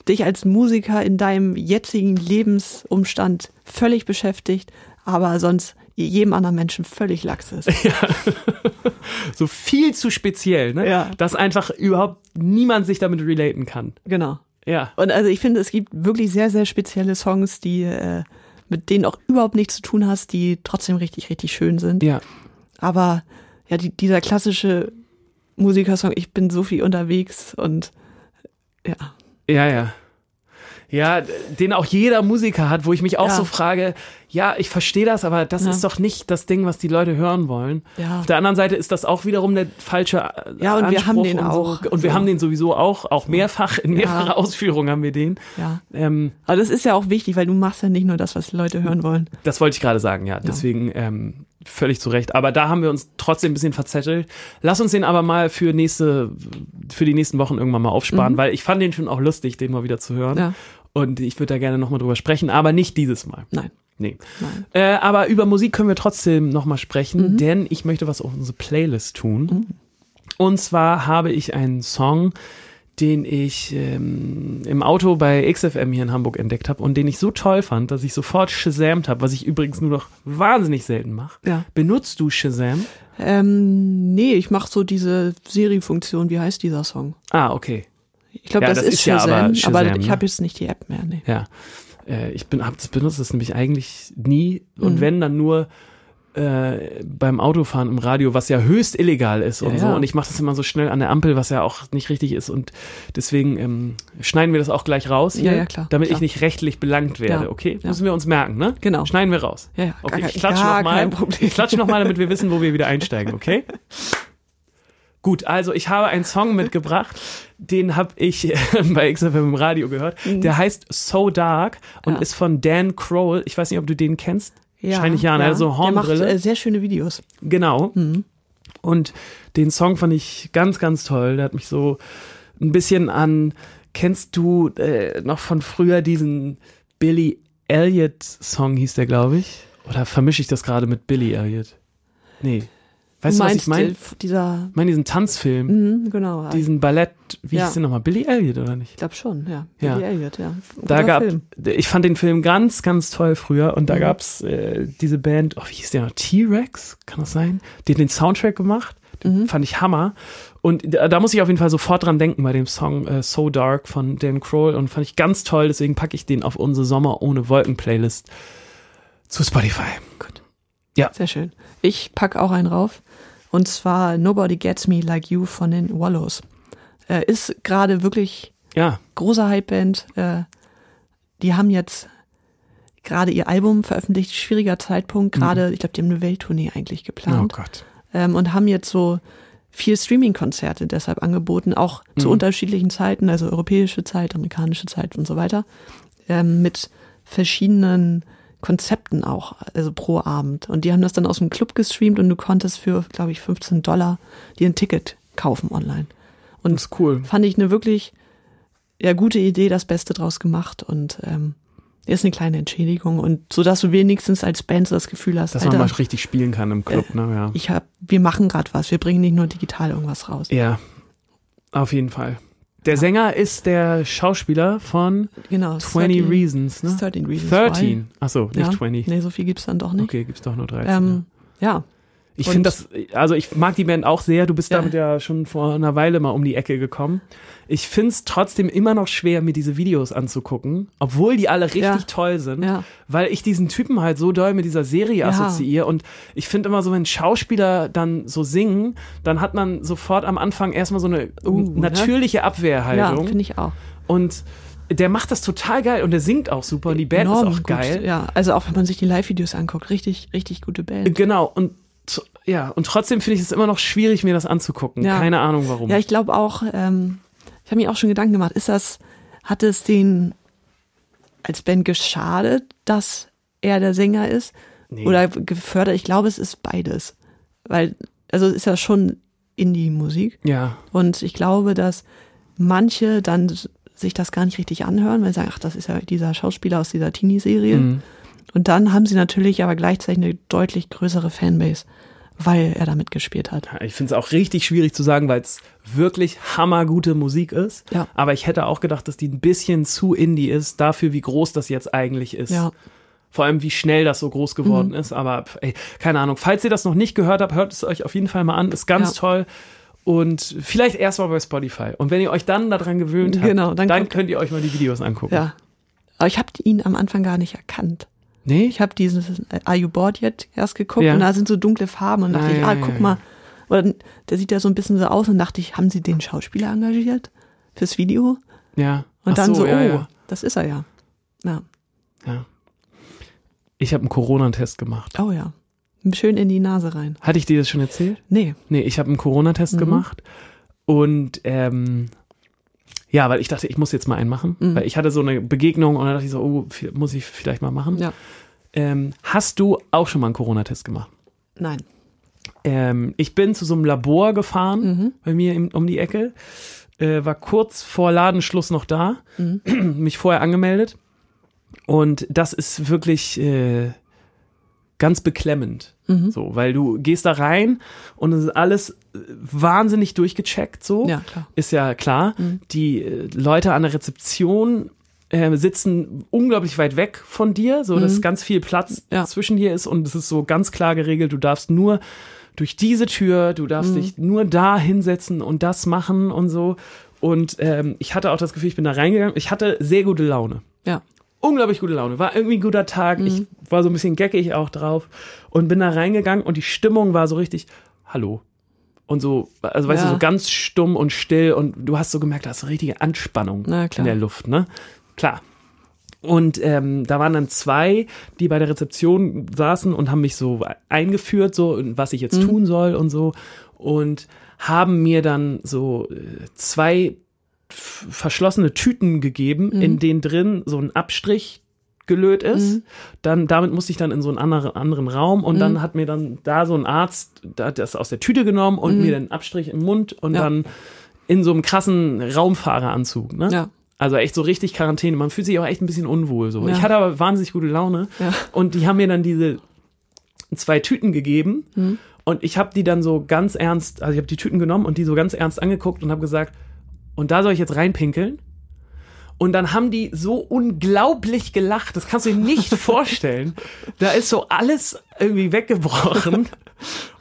[SPEAKER 2] dich als Musiker in deinem jetzigen Lebensumstand völlig beschäftigt, aber sonst jedem anderen Menschen völlig lax ist.
[SPEAKER 3] So viel zu speziell, ne?
[SPEAKER 2] Ja.
[SPEAKER 3] Dass einfach überhaupt niemand sich damit relaten kann.
[SPEAKER 2] genau.
[SPEAKER 3] Ja.
[SPEAKER 2] Und also ich finde, es gibt wirklich sehr, sehr spezielle Songs, die äh, mit denen auch überhaupt nichts zu tun hast, die trotzdem richtig, richtig schön sind.
[SPEAKER 3] Ja.
[SPEAKER 2] Aber ja, die, dieser klassische Musikersong, ich bin so viel unterwegs und ja,
[SPEAKER 3] Ja, ja. Ja, d- den auch jeder Musiker hat, wo ich mich auch
[SPEAKER 2] Ja.
[SPEAKER 3] so frage, ja, ich verstehe das, aber das
[SPEAKER 2] Ja.
[SPEAKER 3] ist doch nicht das Ding, was die Leute hören wollen.
[SPEAKER 2] Ja.
[SPEAKER 3] Auf der anderen Seite ist das auch wiederum der falsche äh,
[SPEAKER 2] Ja, und wir
[SPEAKER 3] Anspruch
[SPEAKER 2] haben den
[SPEAKER 3] und
[SPEAKER 2] auch.
[SPEAKER 3] So. Und wir
[SPEAKER 2] So.
[SPEAKER 3] haben den sowieso auch, auch mehrfach, in mehrfacher Ausführung haben wir den.
[SPEAKER 2] ja.
[SPEAKER 3] Ähm,
[SPEAKER 2] Aber das ist ja auch wichtig, weil du machst ja nicht nur das, was die Leute hören wollen.
[SPEAKER 3] das wollte ich gerade sagen, ja. Deswegen ähm, völlig zu Recht. Aber da haben wir uns trotzdem ein bisschen verzettelt. Lass uns den aber mal für nächste, für die nächsten Wochen irgendwann mal aufsparen, weil ich fand den schon auch lustig, den mal wieder zu hören.
[SPEAKER 2] Ja.
[SPEAKER 3] Und ich würde da gerne nochmal drüber sprechen, aber nicht dieses Mal.
[SPEAKER 2] Nein.
[SPEAKER 3] Nee.
[SPEAKER 2] Nein.
[SPEAKER 3] Äh, aber über Musik können wir trotzdem nochmal sprechen, denn ich möchte was auf unsere Playlist tun. Und zwar habe ich einen Song, den ich ähm, im Auto bei XFM hier in Hamburg entdeckt habe und den ich so toll fand, dass ich sofort Shazamt habe, was ich übrigens nur noch wahnsinnig selten mache.
[SPEAKER 2] Ja.
[SPEAKER 3] Benutzt du Shazam?
[SPEAKER 2] Ähm, nee, ich mache so diese Siri-Funktion, wie heißt dieser Song?
[SPEAKER 3] Ah, okay.
[SPEAKER 2] Ich glaube,
[SPEAKER 3] Ja,
[SPEAKER 2] das,
[SPEAKER 3] das
[SPEAKER 2] ist
[SPEAKER 3] ist ja
[SPEAKER 2] Shazam,
[SPEAKER 3] aber
[SPEAKER 2] aber,
[SPEAKER 3] Shazam,
[SPEAKER 2] ich
[SPEAKER 3] ne?
[SPEAKER 2] habe jetzt nicht die App mehr. Nee.
[SPEAKER 3] Ja. Äh, ich bin, hab das benutzt das nämlich eigentlich nie.
[SPEAKER 2] Mhm.
[SPEAKER 3] Und wenn, dann nur äh, beim Autofahren im Radio, was ja höchst illegal ist und
[SPEAKER 2] Ja,
[SPEAKER 3] so.
[SPEAKER 2] ja.
[SPEAKER 3] Und ich mache das immer so schnell an der Ampel, was ja auch nicht richtig ist. Und deswegen ähm, schneiden wir das auch gleich raus hier,
[SPEAKER 2] Ja, ja, klar,
[SPEAKER 3] damit
[SPEAKER 2] klar.
[SPEAKER 3] ich nicht rechtlich belangt werde,
[SPEAKER 2] Ja,
[SPEAKER 3] okay?
[SPEAKER 2] ja.
[SPEAKER 3] Müssen wir uns merken, ne?
[SPEAKER 2] Genau.
[SPEAKER 3] Schneiden wir raus.
[SPEAKER 2] Ja, ja, gar
[SPEAKER 3] okay,
[SPEAKER 2] kein-
[SPEAKER 3] ich klatsche
[SPEAKER 2] gar
[SPEAKER 3] nochmal.
[SPEAKER 2] kein Problem.
[SPEAKER 3] Ich klatsche nochmal, damit wir wissen, wo wir wieder einsteigen, okay? Gut, also ich habe einen Song mitgebracht, den habe ich äh, (laughs) bei XFM im Radio gehört. Der heißt So Dark und
[SPEAKER 2] Mhm. Ja.
[SPEAKER 3] ist von Dan Crowell. Ich weiß nicht, ob du den kennst. Wahrscheinlich ja, ne? So
[SPEAKER 2] Der
[SPEAKER 3] Hornbrille.
[SPEAKER 2] macht äh, sehr schöne Videos.
[SPEAKER 3] Genau. Und den Song fand ich ganz, ganz toll. Der hat mich so ein bisschen an Kennst du äh, noch von früher diesen Billy Elliot Song hieß der, glaube ich? Oder vermische ich das gerade mit Billy Elliot? Nee. Weißt du, was ich meine?
[SPEAKER 2] den- äh, dieser,
[SPEAKER 3] Ich meine diesen Tanzfilm,
[SPEAKER 2] mhm, genau, ja.
[SPEAKER 3] diesen Ballett, wie
[SPEAKER 2] Ja.
[SPEAKER 3] hieß der nochmal? Billy Elliot, oder nicht?
[SPEAKER 2] ich glaube schon, ja.
[SPEAKER 3] Ja.
[SPEAKER 2] Billy Elliot, ja.
[SPEAKER 3] Da
[SPEAKER 2] Guter
[SPEAKER 3] gab,
[SPEAKER 2] Film.
[SPEAKER 3] ich fand den Film ganz, ganz toll früher und da
[SPEAKER 2] Mhm.
[SPEAKER 3] gab's äh, diese Band, oh, wie hieß der noch? T-Rex, kann das sein? Die hat den Soundtrack gemacht, den
[SPEAKER 2] Mhm.
[SPEAKER 3] fand ich Hammer und da, da muss ich auf jeden Fall sofort dran denken bei dem Song äh, So Dark von Dan Kroll und fand ich ganz toll, deswegen packe ich den auf unsere Sommer ohne Wolken Playlist zu Spotify. Gut.
[SPEAKER 2] Sehr schön. Ich pack auch einen rauf. Und zwar Nobody Gets Me Like You von den Wallows. Äh, ist gerade wirklich
[SPEAKER 3] Ja,
[SPEAKER 2] großer Hype-Band. Äh, die haben jetzt gerade ihr Album veröffentlicht, schwieriger Zeitpunkt. Gerade, ich glaube, die haben eine Welttournee eigentlich
[SPEAKER 3] oh
[SPEAKER 2] geplant.
[SPEAKER 3] Gott.
[SPEAKER 2] Ähm, und haben jetzt so vier Streaming-Konzerte deshalb angeboten, auch zu unterschiedlichen Zeiten, also europäische Zeit, amerikanische Zeit und so weiter, ähm, mit verschiedenen Konzepten auch, also pro Abend. Und die haben das dann aus dem Club gestreamt und du konntest für, glaube ich, 15 Dollar dir ein Ticket kaufen online. Und
[SPEAKER 3] Das ist cool.
[SPEAKER 2] fand ich eine wirklich ja, gute Idee, das Beste draus gemacht und ähm, ist eine kleine Entschädigung und so, dass du wenigstens als Band so das Gefühl hast,
[SPEAKER 3] Dass
[SPEAKER 2] Alter, Äh,
[SPEAKER 3] man mal richtig spielen kann im Club, ne? Ja.
[SPEAKER 2] ich hab, wir machen gerade was, wir bringen nicht nur digital irgendwas raus.
[SPEAKER 3] ja, auf jeden Fall. Der Sänger ist der Schauspieler von
[SPEAKER 2] Genau.
[SPEAKER 3] 20 Reasons, ne?
[SPEAKER 2] 13 Reasons.
[SPEAKER 3] 13. Achso, nicht
[SPEAKER 2] why. ja.
[SPEAKER 3] 20.
[SPEAKER 2] Nee, so viel gibt's dann doch nicht.
[SPEAKER 3] Okay, gibt's doch nur 13. ja.
[SPEAKER 2] ähm, ja.
[SPEAKER 3] Ich
[SPEAKER 2] und-
[SPEAKER 3] finde das, also ich mag die Band auch sehr. Du bist
[SPEAKER 2] Ja.
[SPEAKER 3] damit ja schon vor einer Weile mal um die Ecke gekommen. Ich find's trotzdem immer noch schwer, mir diese Videos anzugucken, obwohl die alle richtig
[SPEAKER 2] Ja.
[SPEAKER 3] toll sind,
[SPEAKER 2] Ja.
[SPEAKER 3] weil ich diesen Typen halt so doll mit dieser Serie
[SPEAKER 2] Ja.
[SPEAKER 3] assoziiere. Und ich finde immer so, wenn Schauspieler dann so singen, dann hat man sofort am Anfang erstmal so eine
[SPEAKER 2] Uh, ne?
[SPEAKER 3] natürliche
[SPEAKER 2] Ja,
[SPEAKER 3] Abwehrhaltung.
[SPEAKER 2] finde ich auch.
[SPEAKER 3] und der macht das total geil und der singt auch super und die Band
[SPEAKER 2] Enorm
[SPEAKER 3] ist auch
[SPEAKER 2] gut,
[SPEAKER 3] geil.
[SPEAKER 2] Ja, also auch wenn man sich die Live-Videos anguckt, richtig, richtig gute Band.
[SPEAKER 3] Genau, und t- ja, und trotzdem finde ich es immer noch schwierig, mir das anzugucken.
[SPEAKER 2] Ja.
[SPEAKER 3] Keine Ahnung warum.
[SPEAKER 2] Ja, ich glaube auch, ähm, ich habe mir auch schon Gedanken gemacht, ist das, hat es den als Band geschadet, dass er der Sänger ist?
[SPEAKER 3] Nee.
[SPEAKER 2] Oder gefördert? Ich glaube, es ist beides. Weil, also es ist ja schon Indie-Musik.
[SPEAKER 3] ja,
[SPEAKER 2] Und ich glaube, dass manche dann s- sich das gar nicht richtig anhören, weil sie sagen, ach, das ist ja dieser Schauspieler aus dieser Teenie-Serie.
[SPEAKER 3] Mhm.
[SPEAKER 2] Und dann haben sie natürlich aber gleichzeitig eine deutlich größere Fanbase, weil er da mitgespielt hat.
[SPEAKER 3] ich finde es auch richtig schwierig zu sagen, weil es wirklich hammergute Musik ist.
[SPEAKER 2] Ja.
[SPEAKER 3] Aber ich hätte auch gedacht, dass die ein bisschen zu indie ist, dafür, wie groß das jetzt eigentlich ist.
[SPEAKER 2] Ja,
[SPEAKER 3] Vor allem, wie schnell das so groß
[SPEAKER 2] Mhm.
[SPEAKER 3] geworden ist. Aber pf, ey, keine Ahnung. Falls ihr das noch nicht gehört habt, hört es euch auf jeden Fall mal an. Ist ganz
[SPEAKER 2] Ja.
[SPEAKER 3] toll. Und vielleicht erstmal bei Spotify. Und wenn ihr euch dann daran gewöhnt habt,
[SPEAKER 2] Genau,
[SPEAKER 3] dann,
[SPEAKER 2] dann guckt-
[SPEAKER 3] könnt ihr euch mal die Videos angucken.
[SPEAKER 2] ja. Aber ich habe ihn am Anfang gar nicht erkannt.
[SPEAKER 3] Nee?
[SPEAKER 2] Ich habe dieses äh, Are You Bored Yet erst geguckt
[SPEAKER 3] Ja.
[SPEAKER 2] und da sind so dunkle Farben und dachte
[SPEAKER 3] Ah,
[SPEAKER 2] ich,
[SPEAKER 3] ja,
[SPEAKER 2] ah,
[SPEAKER 3] ja,
[SPEAKER 2] guck
[SPEAKER 3] ja.
[SPEAKER 2] mal. Oder der sieht ja so ein bisschen so aus und dachte ich, haben sie den Schauspieler engagiert fürs Video?
[SPEAKER 3] Ja.
[SPEAKER 2] Und
[SPEAKER 3] Ach
[SPEAKER 2] dann so,
[SPEAKER 3] ja,
[SPEAKER 2] oh,
[SPEAKER 3] ja.
[SPEAKER 2] das ist er ja. Ja.
[SPEAKER 3] Ich habe einen Corona-Test gemacht.
[SPEAKER 2] Oh ja. Schön in die Nase rein.
[SPEAKER 3] Hatte ich dir das schon erzählt?
[SPEAKER 2] Nee.
[SPEAKER 3] Nee, ich habe einen Corona-Test
[SPEAKER 2] Mhm.
[SPEAKER 3] gemacht. Und ähm, ja, weil ich dachte, ich muss jetzt mal einen machen.
[SPEAKER 2] Mhm.
[SPEAKER 3] Weil ich hatte so eine Begegnung und dann dachte ich so, oh, vi- muss ich vielleicht mal machen.
[SPEAKER 2] Ja.
[SPEAKER 3] Ähm, hast du auch schon mal einen Corona-Test gemacht?
[SPEAKER 2] Nein.
[SPEAKER 3] Ähm, ich bin zu so einem Labor gefahren, bei mir im, um die Ecke, äh, war kurz vor Ladenschluss noch da, (clears throat) mich vorher angemeldet. Und das ist wirklich äh, ganz beklemmend. So, weil du gehst da rein und es ist alles äh, wahnsinnig durchgecheckt so.
[SPEAKER 2] Ja, klar.
[SPEAKER 3] Ist ja klar. Die äh, Leute an der Rezeption äh, sitzen unglaublich weit weg von dir, so dass ganz viel Platz
[SPEAKER 2] Ja.
[SPEAKER 3] zwischen dir ist und es ist so ganz klar geregelt, du darfst nur durch diese Tür, du darfst dich nur da hinsetzen und das machen und so. Und ähm, ich hatte auch das Gefühl, ich bin da reingegangen. Ich hatte sehr gute Laune
[SPEAKER 2] Ja.
[SPEAKER 3] unglaublich gute Laune. War irgendwie ein guter Tag.
[SPEAKER 2] Mhm.
[SPEAKER 3] Ich war so ein bisschen geckig auch drauf und bin da reingegangen und die Stimmung war so richtig, hallo. Und so, also weißt du,
[SPEAKER 2] Ja.
[SPEAKER 3] so ganz stumm und still und du hast so gemerkt, da ist eine richtige Anspannung
[SPEAKER 2] Na,
[SPEAKER 3] in
[SPEAKER 2] klar.
[SPEAKER 3] der Luft, ne? Klar. Und ähm, da waren dann zwei, die bei der Rezeption saßen und haben mich so eingeführt, so und was ich jetzt
[SPEAKER 2] Mhm.
[SPEAKER 3] tun soll und so. Und haben mir dann so äh, zwei f- verschlossene Tüten gegeben,
[SPEAKER 2] Mhm.
[SPEAKER 3] in denen drin so ein Abstrich gelöt ist. Dann, damit musste ich dann in so einen anderen, anderen Raum und
[SPEAKER 2] Mhm.
[SPEAKER 3] dann hat mir dann da so ein Arzt da hat das aus der Tüte genommen und mir den Abstrich im Mund und
[SPEAKER 2] Mhm. Ja.
[SPEAKER 3] dann in so einem krassen Raumfahreranzug. Ne?
[SPEAKER 2] Ja.
[SPEAKER 3] Also echt so richtig Quarantäne. Man fühlt sich auch echt ein bisschen unwohl so.
[SPEAKER 2] Ja.
[SPEAKER 3] Ich hatte aber wahnsinnig gute Laune.
[SPEAKER 2] Ja.
[SPEAKER 3] Und die haben mir dann diese zwei Tüten gegeben.
[SPEAKER 2] Hm.
[SPEAKER 3] Und ich habe die dann so ganz ernst, also ich habe die Tüten genommen und die so ganz ernst angeguckt und habe gesagt, und da soll ich jetzt reinpinkeln. Und dann haben die so unglaublich gelacht. Das kannst du
[SPEAKER 2] (laughs)
[SPEAKER 3] dir nicht vorstellen. Da ist so alles
[SPEAKER 2] (laughs)
[SPEAKER 3] irgendwie weggebrochen.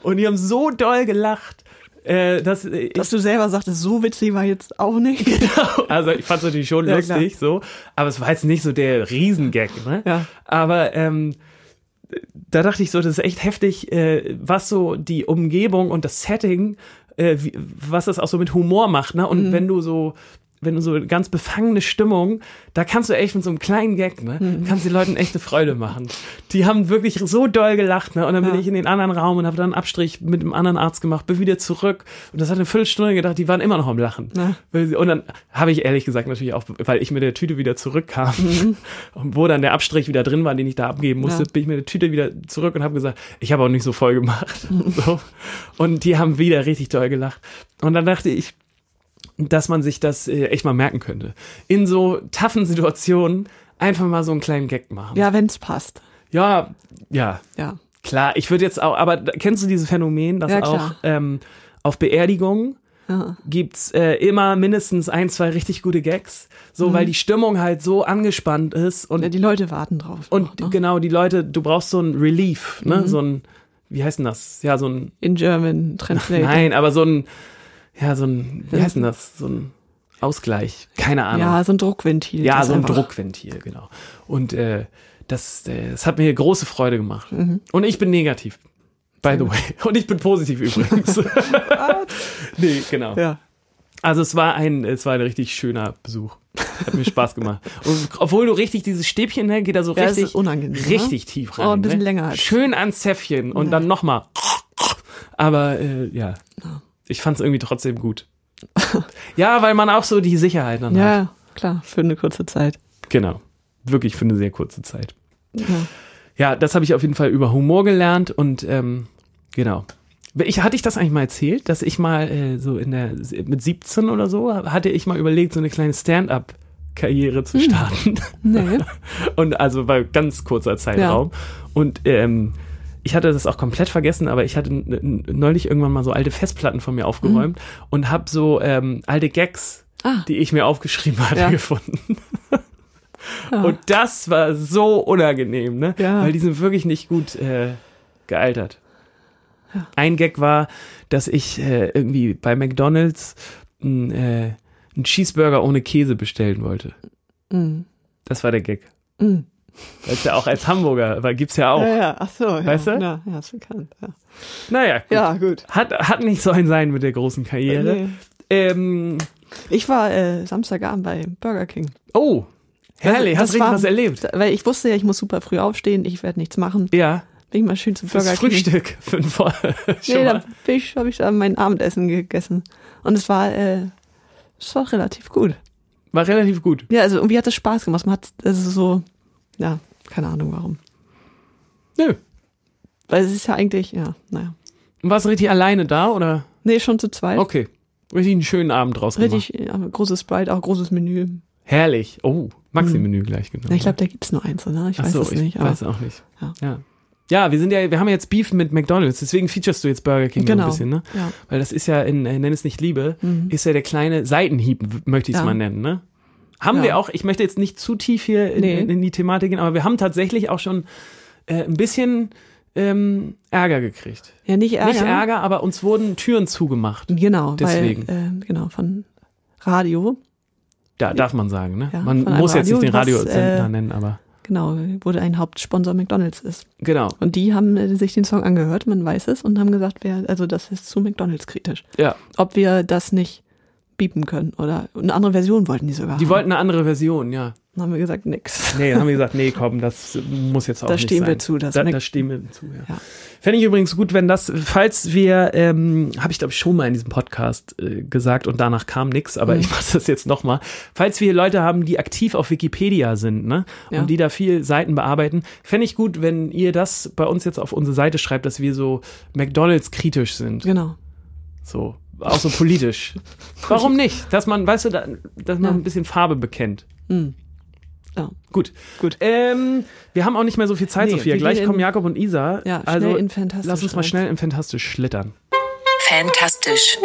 [SPEAKER 3] Und die haben so doll gelacht, äh, dass ich
[SPEAKER 2] Dass du selber sagtest, so witzig war jetzt auch nicht.
[SPEAKER 3] (laughs) also ich fand es natürlich schon
[SPEAKER 2] Genau. Ja,
[SPEAKER 3] lustig, so, aber es war jetzt nicht so der Riesengag, ne?
[SPEAKER 2] Ja.
[SPEAKER 3] Aber ähm, da dachte ich so, das ist echt heftig, äh, was so die Umgebung und das Setting, äh, wie, was das auch so mit Humor macht, ne?
[SPEAKER 2] Mhm.
[SPEAKER 3] Und wenn du so wenn du so eine ganz befangene Stimmung, da kannst du echt mit so einem kleinen Gag, ne,
[SPEAKER 2] Mhm.
[SPEAKER 3] kannst den Leuten echte Freude machen. Die haben wirklich so doll gelacht, ne, und dann bin
[SPEAKER 2] Ja.
[SPEAKER 3] ich in den anderen Raum und habe dann einen Abstrich mit dem anderen Arzt gemacht, bin wieder zurück und das hat eine Viertelstunde gedacht, die waren immer noch am Lachen.
[SPEAKER 2] Ja.
[SPEAKER 3] Weil sie- Und dann habe ich ehrlich gesagt natürlich auch, weil ich mit der Tüte wieder zurückkam (laughs) und wo dann der Abstrich wieder drin war, den ich da abgeben musste,
[SPEAKER 2] Mhm. Ja.
[SPEAKER 3] bin ich mit der Tüte wieder zurück und habe gesagt, ich habe auch nicht so
[SPEAKER 2] (laughs)
[SPEAKER 3] voll gemacht. So. Und die haben wieder richtig toll gelacht. Und dann dachte ich, dass man sich das äh, echt mal merken könnte. In so taffen Situationen einfach mal so einen kleinen Gag machen.
[SPEAKER 2] ja, wenn's passt.
[SPEAKER 3] ja, ja.
[SPEAKER 2] Ja.
[SPEAKER 3] Klar, ich würde jetzt auch, aber kennst du dieses Phänomen, dass
[SPEAKER 2] Ja,
[SPEAKER 3] auch
[SPEAKER 2] klar.
[SPEAKER 3] ähm, auf Beerdigungen
[SPEAKER 2] Ja.
[SPEAKER 3] gibt's äh, immer mindestens ein, zwei richtig gute Gags, so
[SPEAKER 2] Mhm.
[SPEAKER 3] weil die Stimmung halt so angespannt ist und
[SPEAKER 2] Ja, Die Leute warten drauf.
[SPEAKER 3] und
[SPEAKER 2] auch, ne?
[SPEAKER 3] genau die Leute, du brauchst so ein Relief, ne,
[SPEAKER 2] Mhm.
[SPEAKER 3] so ein wie heißt denn das? Ja, so ein
[SPEAKER 2] In German Translate.
[SPEAKER 3] Nein, aber so ein ja, so ein wie heißt denn das? So ein Ausgleich, keine Ahnung.
[SPEAKER 2] Ja, so ein Druckventil.
[SPEAKER 3] Ja,
[SPEAKER 2] das
[SPEAKER 3] so ein
[SPEAKER 2] einfach-
[SPEAKER 3] Druckventil, genau. Und äh, das, äh, das hat mir große Freude gemacht.
[SPEAKER 2] Mhm.
[SPEAKER 3] Und ich bin negativ, by the way. Und ich bin positiv
[SPEAKER 2] (laughs)
[SPEAKER 3] übrigens. nee, genau.
[SPEAKER 2] Ja.
[SPEAKER 3] Also es war ein, es war ein richtig schöner Besuch. Hat mir Spaß gemacht. Und obwohl du richtig dieses Stäbchen, ne, geht da so
[SPEAKER 2] Ja, es
[SPEAKER 3] richtig,
[SPEAKER 2] ist unangenehm, ne?
[SPEAKER 3] richtig tief rein.
[SPEAKER 2] Oh, ein bisschen
[SPEAKER 3] ne?
[SPEAKER 2] länger als-
[SPEAKER 3] Schön ans Zäpfchen und dann nochmal. Aber äh, ja, ich fand es irgendwie trotzdem gut. ja, weil man auch so die Sicherheit dann hat.
[SPEAKER 2] Ja, klar, für eine kurze Zeit.
[SPEAKER 3] Genau. Wirklich für eine sehr kurze Zeit.
[SPEAKER 2] Ja.
[SPEAKER 3] Ja, das habe ich auf jeden Fall über Humor gelernt und ähm, genau. Ich, hatte ich das eigentlich mal erzählt, dass ich mal äh, so in der mit 17 oder so hatte ich mal überlegt, so eine kleine Stand-up-Karriere
[SPEAKER 2] Hm.
[SPEAKER 3] zu starten
[SPEAKER 2] (laughs) Nee.
[SPEAKER 3] und also bei ganz kurzer Zeitraum und ähm, ich hatte das auch komplett vergessen, aber ich hatte n- n- neulich irgendwann mal so alte Festplatten von mir aufgeräumt und habe so ähm, alte Gags,
[SPEAKER 2] Mhm. Ah.
[SPEAKER 3] die ich mir aufgeschrieben hatte,
[SPEAKER 2] Ja.
[SPEAKER 3] gefunden.
[SPEAKER 2] (laughs)
[SPEAKER 3] Und das war so unangenehm, ne?
[SPEAKER 2] Ja.
[SPEAKER 3] Weil die sind wirklich nicht gut äh, gealtert. Ein Gag war, dass ich äh, irgendwie bei McDonalds einen äh, einen Cheeseburger ohne Käse bestellen wollte.
[SPEAKER 2] Mm.
[SPEAKER 3] Das war der Gag.
[SPEAKER 2] Mm.
[SPEAKER 3] Das ist ja auch als Hamburger, weil gibt's ja auch.
[SPEAKER 2] Ja, ja, ach so. Ja.
[SPEAKER 3] Weißt du?
[SPEAKER 2] Ja, ja, ist bekannt. Ja,
[SPEAKER 3] Naja, gut.
[SPEAKER 2] ja gut.
[SPEAKER 3] Hat, hat nicht sollen sein mit der großen Karriere.
[SPEAKER 2] Nee.
[SPEAKER 3] Ähm,
[SPEAKER 2] Ich war äh, Samstagabend bei Burger King.
[SPEAKER 3] oh, herrlich,
[SPEAKER 2] Das-
[SPEAKER 3] hast
[SPEAKER 2] das
[SPEAKER 3] richtig
[SPEAKER 2] war-
[SPEAKER 3] was erlebt.
[SPEAKER 2] Da- Weil ich wusste ja, ich muss super früh aufstehen, ich werde nichts machen.
[SPEAKER 3] Ja,
[SPEAKER 2] Bin ich mal schön zum
[SPEAKER 3] fürs
[SPEAKER 2] Burger King.
[SPEAKER 3] Frühstück. (laughs) Für den Vor schon
[SPEAKER 2] Nee, da
[SPEAKER 3] mal.
[SPEAKER 2] bin ich, habe ich da mein Abendessen gegessen. Und es war, äh, es war relativ gut.
[SPEAKER 3] War relativ gut.
[SPEAKER 2] Ja, also irgendwie hat es Spaß gemacht. Man hat, das ist so, ja, keine Ahnung warum.
[SPEAKER 3] Nö.
[SPEAKER 2] Weil es ist ja eigentlich, ja, naja.
[SPEAKER 3] Warst du richtig alleine da oder?
[SPEAKER 2] Nee, schon zu zweit.
[SPEAKER 3] Okay. Richtig einen schönen Abend draus gemacht.
[SPEAKER 2] Richtig, ja, großes Sprite, äh, auch großes Menü.
[SPEAKER 3] Herrlich. Oh, Maxi-Menü gleich genau.
[SPEAKER 2] Mhm. Ja, ich glaube, da gibt's nur eins, oder? Ich
[SPEAKER 3] Ach
[SPEAKER 2] weiß
[SPEAKER 3] so,
[SPEAKER 2] es nicht.
[SPEAKER 3] ich
[SPEAKER 2] Aber,
[SPEAKER 3] weiß auch nicht. Ja.
[SPEAKER 2] Ja.
[SPEAKER 3] ja. wir sind ja, wir haben ja jetzt Beef mit McDonalds, deswegen featurest du jetzt Burger King so
[SPEAKER 2] Genau.
[SPEAKER 3] ein bisschen, ne?
[SPEAKER 2] ja.
[SPEAKER 3] Weil das ist ja in äh, Nenn es nicht Liebe, ist ja der kleine Seitenhieb, w- möchte ich es
[SPEAKER 2] Mhm. Ja.
[SPEAKER 3] mal nennen, ne? Haben
[SPEAKER 2] Ja.
[SPEAKER 3] wir auch, ich möchte jetzt nicht zu tief hier in,
[SPEAKER 2] Nee.
[SPEAKER 3] in, in die Thematik gehen, aber wir haben tatsächlich auch schon äh, ein bisschen ähm, Ärger gekriegt.
[SPEAKER 2] ja, nicht Ärger.
[SPEAKER 3] Nicht Ärger, aber uns wurden Türen zugemacht.
[SPEAKER 2] Genau,
[SPEAKER 3] Deswegen.
[SPEAKER 2] weil, äh, genau, von Radio,
[SPEAKER 3] Da darf man sagen, ne?
[SPEAKER 2] Ja,
[SPEAKER 3] man
[SPEAKER 2] von einem
[SPEAKER 3] muss jetzt nicht den
[SPEAKER 2] Radio, was,
[SPEAKER 3] Radiosender
[SPEAKER 2] äh,
[SPEAKER 3] nennen, aber
[SPEAKER 2] genau, wurde ein Hauptsponsor McDonalds ist.
[SPEAKER 3] genau.
[SPEAKER 2] Und die haben äh, sich den Song angehört, man weiß es, und haben gesagt, wer, also das ist zu McDonalds kritisch.
[SPEAKER 3] Ja.
[SPEAKER 2] Ob wir das nicht biepen können oder eine andere Version wollten die sogar.
[SPEAKER 3] Die
[SPEAKER 2] haben.
[SPEAKER 3] wollten eine andere Version, ja.
[SPEAKER 2] Dann haben wir gesagt, nix.
[SPEAKER 3] Nee, dann haben wir gesagt, nee, komm, das muss jetzt auch
[SPEAKER 2] Da
[SPEAKER 3] nicht
[SPEAKER 2] stehen
[SPEAKER 3] sein.
[SPEAKER 2] wir zu, das
[SPEAKER 3] da,
[SPEAKER 2] Mac-
[SPEAKER 3] da stehen wir zu, ja.
[SPEAKER 2] Ja.
[SPEAKER 3] Fände ich übrigens gut, wenn das, falls wir, ähm, habe ich glaube ich schon mal in diesem Podcast äh, gesagt und danach kam nix,
[SPEAKER 2] Mhm.
[SPEAKER 3] aber ich mache das jetzt nochmal. Falls wir Leute haben, die aktiv auf Wikipedia sind, ne,
[SPEAKER 2] Ja.
[SPEAKER 3] und die da viel Seiten bearbeiten, fände ich gut, wenn ihr das bei uns jetzt auf unsere Seite schreibt, dass wir so McDonalds kritisch sind.
[SPEAKER 2] Genau.
[SPEAKER 3] So. auch so politisch. Warum nicht? Dass man, weißt du, da, dass man
[SPEAKER 2] Ja.
[SPEAKER 3] ein bisschen Farbe bekennt.
[SPEAKER 2] Ja.
[SPEAKER 3] Gut.
[SPEAKER 2] Gut.
[SPEAKER 3] Ähm, wir haben auch nicht mehr so viel Zeit,
[SPEAKER 2] Nee,
[SPEAKER 3] Sophia.
[SPEAKER 2] wir
[SPEAKER 3] Gleich
[SPEAKER 2] gehen
[SPEAKER 3] kommen
[SPEAKER 2] in-
[SPEAKER 3] Jakob und Isa.
[SPEAKER 2] Ja, schnell
[SPEAKER 3] also
[SPEAKER 2] in Fantastisch
[SPEAKER 3] lass uns mal
[SPEAKER 2] rein.
[SPEAKER 3] schnell in Fantastisch schlittern.
[SPEAKER 1] Fantastisch.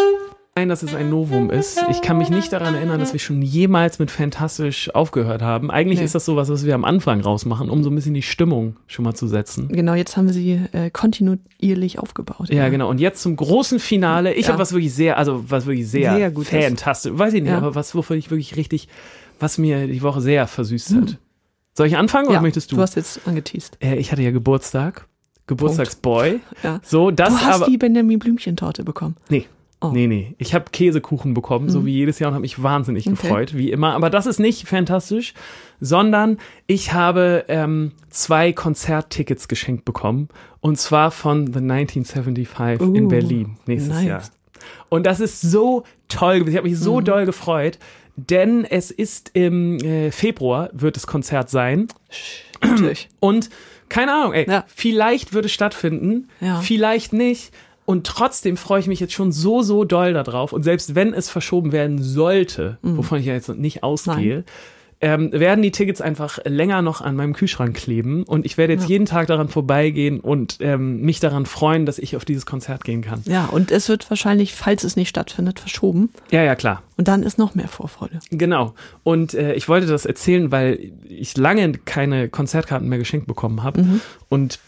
[SPEAKER 3] Nein, dass es ein Novum ist. Ich kann mich nicht daran erinnern, dass wir schon jemals mit Fantastisch aufgehört haben. Eigentlich
[SPEAKER 2] Nee.
[SPEAKER 3] ist das sowas, was wir am Anfang rausmachen, um so ein bisschen die Stimmung schon mal zu setzen.
[SPEAKER 2] Genau, jetzt haben wir sie äh, kontinuierlich aufgebaut.
[SPEAKER 3] Ja, genau. Und jetzt zum großen Finale. Ich
[SPEAKER 2] Ja.
[SPEAKER 3] habe was wirklich sehr, also was wirklich sehr,
[SPEAKER 2] Sehr gut ist.
[SPEAKER 3] fantastisch. Weiß ich nicht,
[SPEAKER 2] Ja.
[SPEAKER 3] aber was, wovon ich wirklich richtig, was mir die Woche sehr versüßt hat. Soll ich anfangen oder
[SPEAKER 2] Hm. Ja,
[SPEAKER 3] möchtest du?
[SPEAKER 2] Du hast jetzt angeteased.
[SPEAKER 3] äh, ich hatte ja Geburtstag. Geburtstagsboy.
[SPEAKER 2] Ja.
[SPEAKER 3] So, das
[SPEAKER 2] Du hast
[SPEAKER 3] aber.
[SPEAKER 2] die Benjamin Blümchen-Torte
[SPEAKER 3] (clears throat)
[SPEAKER 2] bekommen.
[SPEAKER 3] Nee.
[SPEAKER 2] Oh.
[SPEAKER 3] Nee, nee. Ich habe Käsekuchen bekommen, so wie jedes Jahr, und habe mich wahnsinnig
[SPEAKER 2] Okay.
[SPEAKER 3] gefreut, wie immer. Aber das ist nicht fantastisch, sondern ich habe ähm, zwei Konzerttickets geschenkt bekommen. Und zwar von The 1975 in
[SPEAKER 2] Uh,
[SPEAKER 3] Berlin nächstes
[SPEAKER 2] nice.
[SPEAKER 3] Jahr. Und das ist so toll gewesen. Ich habe mich so doll gefreut, denn es ist im äh, Februar, wird das Konzert sein.
[SPEAKER 2] Natürlich.
[SPEAKER 3] Und keine Ahnung, ey,
[SPEAKER 2] Ja.
[SPEAKER 3] vielleicht würde es stattfinden,
[SPEAKER 2] Ja.
[SPEAKER 3] vielleicht nicht. Und trotzdem freue ich mich jetzt schon so, so doll darauf. Und selbst wenn es verschoben werden sollte,
[SPEAKER 2] Mhm.
[SPEAKER 3] wovon ich ja jetzt nicht ausgehe, ähm, werden die Tickets einfach länger noch an meinem Kühlschrank kleben. Und ich werde jetzt jeden Tag daran vorbeigehen und ähm, mich daran freuen, dass ich auf dieses Konzert gehen kann.
[SPEAKER 2] Ja, und es wird wahrscheinlich, falls es nicht stattfindet, verschoben.
[SPEAKER 3] Ja, ja, klar.
[SPEAKER 2] Und dann ist noch mehr Vorfreude.
[SPEAKER 3] Genau. Und äh, ich wollte das erzählen, weil ich lange keine Konzertkarten mehr geschenkt bekommen habe.
[SPEAKER 2] Mhm.
[SPEAKER 3] Und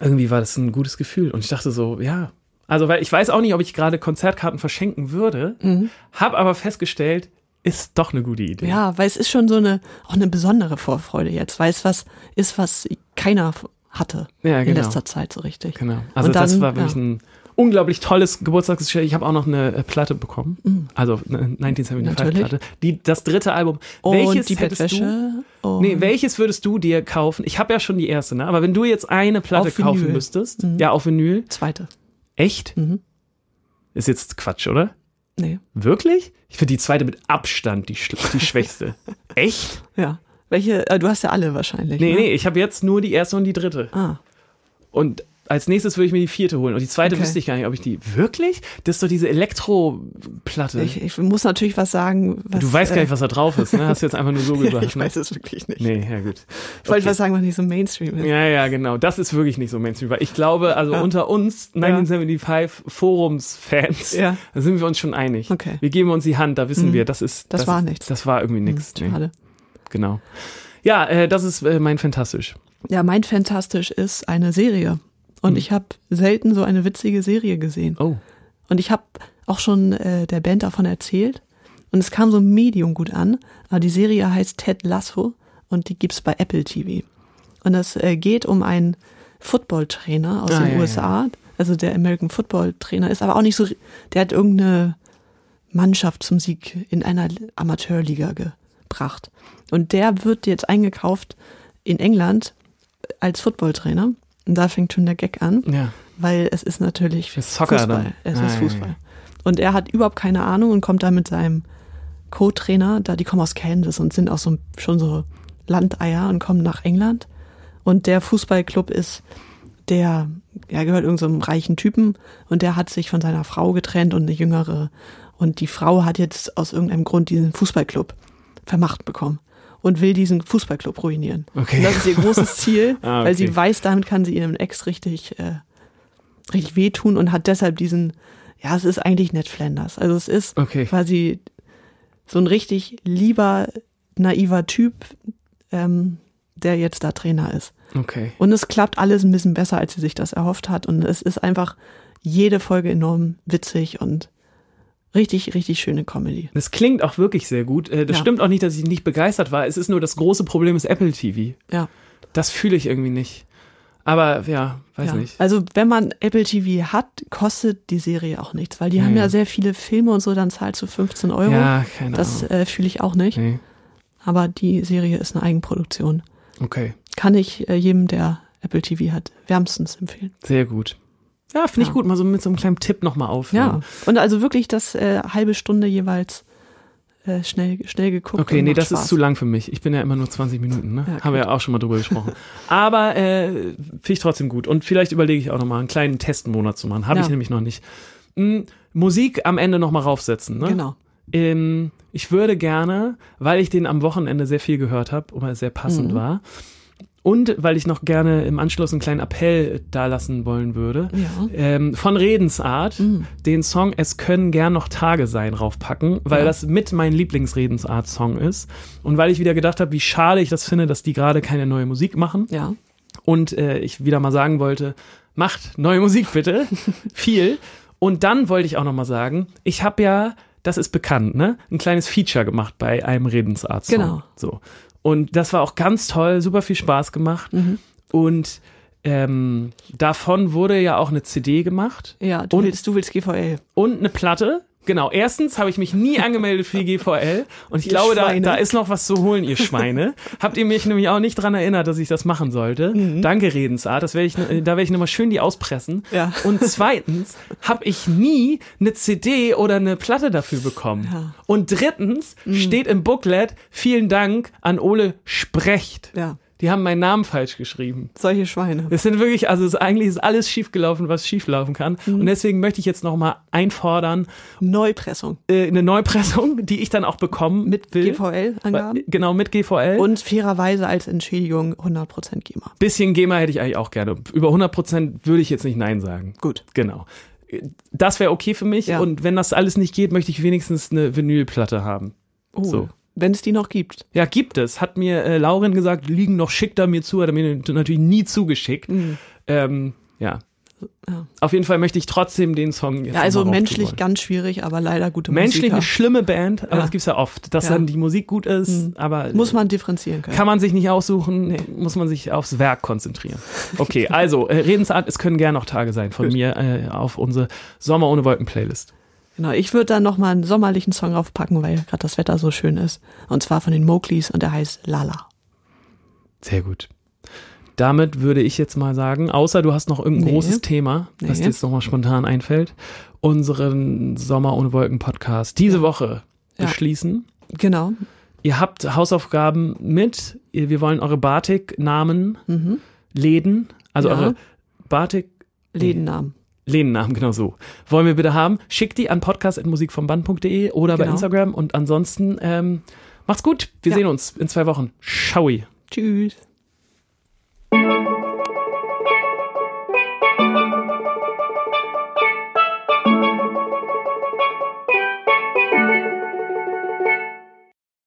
[SPEAKER 3] irgendwie war das ein gutes Gefühl. Und ich dachte so, ja. Also, weil ich weiß auch nicht, ob ich gerade Konzertkarten verschenken würde, Hab habe aber festgestellt, ist doch eine gute Idee.
[SPEAKER 2] Mhm. Ja, weil es ist schon so eine, auch eine besondere Vorfreude jetzt, weil es was ist, was keiner f- hatte
[SPEAKER 3] Ja,
[SPEAKER 2] in
[SPEAKER 3] genau.
[SPEAKER 2] letzter Zeit so richtig.
[SPEAKER 3] Genau. Also,
[SPEAKER 2] Und dann,
[SPEAKER 3] das war wirklich
[SPEAKER 2] ja.
[SPEAKER 3] ein unglaublich tolles Geburtstagsgeschenk. Ich habe auch noch eine äh, Platte bekommen.
[SPEAKER 2] Mhm.
[SPEAKER 3] Also, eine 1975-Platte. Die, das dritte Album.
[SPEAKER 2] Und
[SPEAKER 3] Welches
[SPEAKER 2] die
[SPEAKER 3] hättest du
[SPEAKER 2] Bettwäsche. Und
[SPEAKER 3] Nee, welches würdest du dir kaufen? Ich habe ja schon die erste, ne? Aber wenn du jetzt eine Platte
[SPEAKER 2] Auf
[SPEAKER 3] kaufen
[SPEAKER 2] Vinyl.
[SPEAKER 3] müsstest, ja, auf Vinyl.
[SPEAKER 2] Zweite.
[SPEAKER 3] Echt?
[SPEAKER 2] Mhm.
[SPEAKER 3] Ist jetzt Quatsch, oder?
[SPEAKER 2] Nee.
[SPEAKER 3] Wirklich? Ich finde die zweite mit Abstand die, schl- die schwächste.
[SPEAKER 2] (laughs)
[SPEAKER 3] Echt?
[SPEAKER 2] Ja. Welche, äh, du hast ja alle wahrscheinlich.
[SPEAKER 3] Nee,
[SPEAKER 2] ne?
[SPEAKER 3] nee, ich habe jetzt nur die erste und die dritte.
[SPEAKER 2] Ah,
[SPEAKER 3] Und als nächstes würde ich mir die vierte holen. Und die zweite
[SPEAKER 2] Okay.
[SPEAKER 3] wüsste ich gar nicht, ob ich die. Wirklich? Das ist doch diese Elektroplatte.
[SPEAKER 2] ich, ich muss natürlich was sagen. Was,
[SPEAKER 3] du weißt
[SPEAKER 2] äh,
[SPEAKER 3] gar nicht, was da drauf ist, ne? Hast du jetzt einfach nur so gesagt.
[SPEAKER 2] (laughs) ich
[SPEAKER 3] ne?
[SPEAKER 2] weiß es wirklich nicht.
[SPEAKER 3] Nee, ja, gut.
[SPEAKER 2] Ich wollte
[SPEAKER 3] Okay.
[SPEAKER 2] was sagen, was nicht so Mainstream ist.
[SPEAKER 3] Ja, ja, genau. Das ist wirklich nicht so Mainstream. Weil ich glaube, also unter uns 1975 Forums-Fans,
[SPEAKER 2] Ja.
[SPEAKER 3] da sind wir uns schon einig.
[SPEAKER 2] Okay. Mhm.
[SPEAKER 3] Wir geben uns die Hand, da wissen wir, das ist.
[SPEAKER 2] Das war
[SPEAKER 3] ist-
[SPEAKER 2] nichts. Mhm,
[SPEAKER 3] Das war irgendwie nichts. nee,
[SPEAKER 2] Schade.
[SPEAKER 3] genau. Ja, äh, das ist äh, mein Fantastisch.
[SPEAKER 2] Ja, mein Fantastisch ist eine Serie. Und ich habe selten so eine witzige Serie gesehen.
[SPEAKER 3] Oh.
[SPEAKER 2] Und ich habe auch schon äh, der Band davon erzählt. Und es kam so medium gut an. Aber die Serie heißt Ted Lasso und die gibt's bei Apple TV. Und es äh, geht um einen Footballtrainer aus
[SPEAKER 3] Ah,
[SPEAKER 2] den
[SPEAKER 3] ja, ja.
[SPEAKER 2] USA. Also der American Football Trainer ist aber auch nicht so, der hat irgendeine Mannschaft zum Sieg in einer Amateurliga gebracht. Und der wird jetzt eingekauft in England als Footballtrainer. Und da fängt schon der Gag an
[SPEAKER 3] Ja.
[SPEAKER 2] weil es ist natürlich
[SPEAKER 3] Ist Soccer
[SPEAKER 2] Fußball.
[SPEAKER 3] dann.
[SPEAKER 2] Es
[SPEAKER 3] Ah,
[SPEAKER 2] ist
[SPEAKER 3] ja,
[SPEAKER 2] Fußball.
[SPEAKER 3] ja.
[SPEAKER 2] Und er hat überhaupt keine Ahnung und kommt dann mit seinem Co-Trainer, da die kommen aus Kansas und sind auch so, schon so Landeier und kommen nach England. Und der Fußballclub ist, der, er gehört irgendeinem reichen Typen und der hat sich von seiner Frau getrennt und eine jüngere. Und die Frau hat jetzt aus irgendeinem Grund diesen Fußballclub vermacht bekommen und will diesen Fußballclub ruinieren.
[SPEAKER 3] Okay.
[SPEAKER 2] Und das ist ihr großes Ziel,
[SPEAKER 3] Ah,
[SPEAKER 2] weil
[SPEAKER 3] okay.
[SPEAKER 2] sie weiß, damit kann sie ihrem Ex richtig äh, richtig wehtun und hat deshalb diesen, ja, es ist eigentlich Ned Flanders. Also es ist
[SPEAKER 3] Okay.
[SPEAKER 2] quasi so ein richtig lieber, naiver Typ, ähm, der jetzt da Trainer ist.
[SPEAKER 3] (laughs) Okay.
[SPEAKER 2] Und es klappt alles ein bisschen besser, als sie sich das erhofft hat. Und es ist einfach jede Folge enorm witzig und richtig, richtig schöne Comedy.
[SPEAKER 3] Das klingt auch wirklich sehr gut. Äh, Das
[SPEAKER 2] Ja.
[SPEAKER 3] stimmt auch nicht, dass ich nicht begeistert war. Es ist nur das große Problem ist Apple TV.
[SPEAKER 2] Ja.
[SPEAKER 3] Das fühle ich irgendwie nicht. Aber ja, weiß
[SPEAKER 2] ja.
[SPEAKER 3] nicht.
[SPEAKER 2] Also wenn man Apple TV hat, kostet die Serie auch nichts, weil die
[SPEAKER 3] Ja,
[SPEAKER 2] haben
[SPEAKER 3] ja.
[SPEAKER 2] ja sehr viele Filme und so, dann zahlst du 15 Euro.
[SPEAKER 3] Ja, genau. keine
[SPEAKER 2] das
[SPEAKER 3] Ahnung.
[SPEAKER 2] äh, fühle ich auch nicht.
[SPEAKER 3] Nee.
[SPEAKER 2] Aber die Serie ist eine Eigenproduktion.
[SPEAKER 3] Okay.
[SPEAKER 2] Kann ich äh, jedem, der Apple TV hat, wärmstens empfehlen.
[SPEAKER 3] Sehr gut. Ja, finde ich
[SPEAKER 2] Ja.
[SPEAKER 3] gut, mal ne? so mit so einem kleinen Tipp nochmal
[SPEAKER 2] Ja.
[SPEAKER 3] aufhören.
[SPEAKER 2] Und also wirklich das äh, halbe Stunde jeweils äh, schnell, schnell geguckt.
[SPEAKER 3] Okay,
[SPEAKER 2] und
[SPEAKER 3] nee,
[SPEAKER 2] macht
[SPEAKER 3] das
[SPEAKER 2] Spaß.
[SPEAKER 3] ist zu lang für mich. Ich bin ja immer nur 20 Minuten, ne?
[SPEAKER 2] Ja,
[SPEAKER 3] Haben wir ja auch schon mal drüber gesprochen. Aber äh, finde ich trotzdem gut. Und vielleicht überlege ich auch nochmal einen kleinen Testmonat zu machen. Habe
[SPEAKER 2] Ja.
[SPEAKER 3] ich nämlich noch nicht. Hm, Musik am Ende nochmal raufsetzen. Ne?
[SPEAKER 2] Genau.
[SPEAKER 3] Ähm, ich würde gerne, weil ich den am Wochenende sehr viel gehört habe und weil es sehr passend
[SPEAKER 2] Mhm.
[SPEAKER 3] war. Und weil ich noch gerne im Anschluss einen kleinen Appell dalassen wollen würde,
[SPEAKER 2] Ja. Mhm.
[SPEAKER 3] ähm, von Redensart den Song Es können gern noch Tage sein raufpacken, weil
[SPEAKER 2] Ja.
[SPEAKER 3] das mit mein Lieblingsredensart-Song ist. Und weil ich wieder gedacht habe, wie schade ich das finde, dass die gerade keine neue Musik machen.
[SPEAKER 2] Ja.
[SPEAKER 3] Und äh, ich wieder mal sagen wollte, macht neue Musik bitte. Viel. Und dann wollte ich auch noch mal sagen, ich habe ja, das ist bekannt, ne, ein kleines Feature gemacht bei einem Redensarzt.
[SPEAKER 2] Genau.
[SPEAKER 3] So. Und das war auch ganz toll, super viel Spaß gemacht. Und ähm, davon wurde ja auch eine CD gemacht
[SPEAKER 2] Ja, du
[SPEAKER 3] Und-
[SPEAKER 2] willst, du willst GVL.
[SPEAKER 3] und eine Platte. Genau, erstens habe ich mich nie angemeldet für die GVL und ich
[SPEAKER 2] Ihr
[SPEAKER 3] glaube, da,
[SPEAKER 2] Schweine.
[SPEAKER 3] da ist noch was zu holen,
[SPEAKER 2] (laughs)
[SPEAKER 3] ihr Schweine. Habt ihr mich nämlich auch nicht dran erinnert, dass ich das machen sollte.
[SPEAKER 2] Mhm.
[SPEAKER 3] Danke, Redensart. Das werde ich, äh, da werde ich nochmal schön die auspressen.
[SPEAKER 2] Ja.
[SPEAKER 3] Und zweitens habe ich nie eine CD oder eine Platte dafür bekommen.
[SPEAKER 2] Ja. Mhm.
[SPEAKER 3] Und drittens steht im Booklet, vielen Dank an Ole Sprecht.
[SPEAKER 2] Ja.
[SPEAKER 3] Die haben meinen Namen falsch geschrieben.
[SPEAKER 2] Solche Schweine.
[SPEAKER 3] Es sind wirklich, also es ist, eigentlich ist alles schiefgelaufen, was schieflaufen kann.
[SPEAKER 2] Mhm.
[SPEAKER 3] Und deswegen möchte ich jetzt nochmal einfordern,
[SPEAKER 2] Neupressung.
[SPEAKER 3] äh, eine Neupressung, (laughs) die ich dann auch bekommen
[SPEAKER 2] Mit
[SPEAKER 3] will.
[SPEAKER 2] GVL-Angaben.
[SPEAKER 3] Genau, mit GVL.
[SPEAKER 2] Und fairerweise als Entschädigung 100% GEMA.
[SPEAKER 3] bisschen GEMA hätte ich eigentlich auch gerne. Über 100% würde ich jetzt nicht Nein sagen.
[SPEAKER 2] Gut.
[SPEAKER 3] Genau. Das wäre okay für mich.
[SPEAKER 2] Ja.
[SPEAKER 3] Und wenn das alles nicht geht, möchte ich wenigstens eine Vinylplatte haben.
[SPEAKER 2] Oh,
[SPEAKER 3] So.
[SPEAKER 2] Wenn es die noch gibt.
[SPEAKER 3] Ja, gibt es. Hat mir äh, Laurin gesagt, liegen noch, schickt er mir zu. Hat er mir natürlich nie zugeschickt. Ähm, ja.
[SPEAKER 2] Mhm. Ja.
[SPEAKER 3] Auf jeden Fall möchte ich trotzdem den Song jetzt
[SPEAKER 2] Ja, also
[SPEAKER 3] noch mal
[SPEAKER 2] menschlich
[SPEAKER 3] raufzuholen.
[SPEAKER 2] ganz schwierig, aber leider gute
[SPEAKER 3] Menschlich eine
[SPEAKER 2] Musiker.
[SPEAKER 3] schlimme Band, aber
[SPEAKER 2] Ja.
[SPEAKER 3] das gibt's ja oft, dass
[SPEAKER 2] Ja. Mhm.
[SPEAKER 3] dann die Musik gut ist, aber
[SPEAKER 2] Muss man differenzieren können.
[SPEAKER 3] kann man sich nicht aussuchen, nee, muss man sich aufs Werk konzentrieren. Okay, also äh, Redensart, es können gern noch Tage sein von mir äh, auf unsere Sommer ohne Wolken Playlist.
[SPEAKER 2] Genau, ich würde dann nochmal einen sommerlichen Song aufpacken, weil gerade das Wetter so schön ist. Und zwar von den Moklis und der heißt Lala.
[SPEAKER 3] Sehr gut. Damit würde ich jetzt mal sagen, außer du hast noch irgendein
[SPEAKER 2] Nee.
[SPEAKER 3] großes Thema, was
[SPEAKER 2] Nee.
[SPEAKER 3] dir jetzt nochmal spontan einfällt, unseren Sommer ohne Wolken Podcast diese Woche
[SPEAKER 2] Ja.
[SPEAKER 3] beschließen.
[SPEAKER 2] Genau.
[SPEAKER 3] Ihr habt Hausaufgaben mit, ihr, wir wollen eure Batik-Namen,
[SPEAKER 2] Mhm.
[SPEAKER 3] Läden, also
[SPEAKER 2] Ja.
[SPEAKER 3] eure Batik,
[SPEAKER 2] Lädennamen.
[SPEAKER 3] Lehnennamen, genau so. Wollen wir bitte haben. Schickt die an podcast.musikvomband.de oder bei
[SPEAKER 2] Genau.
[SPEAKER 3] Instagram. Und ansonsten ähm, macht's gut. Wir
[SPEAKER 2] Ja.
[SPEAKER 3] sehen uns in zwei Wochen. Schaui.
[SPEAKER 2] Tschüss.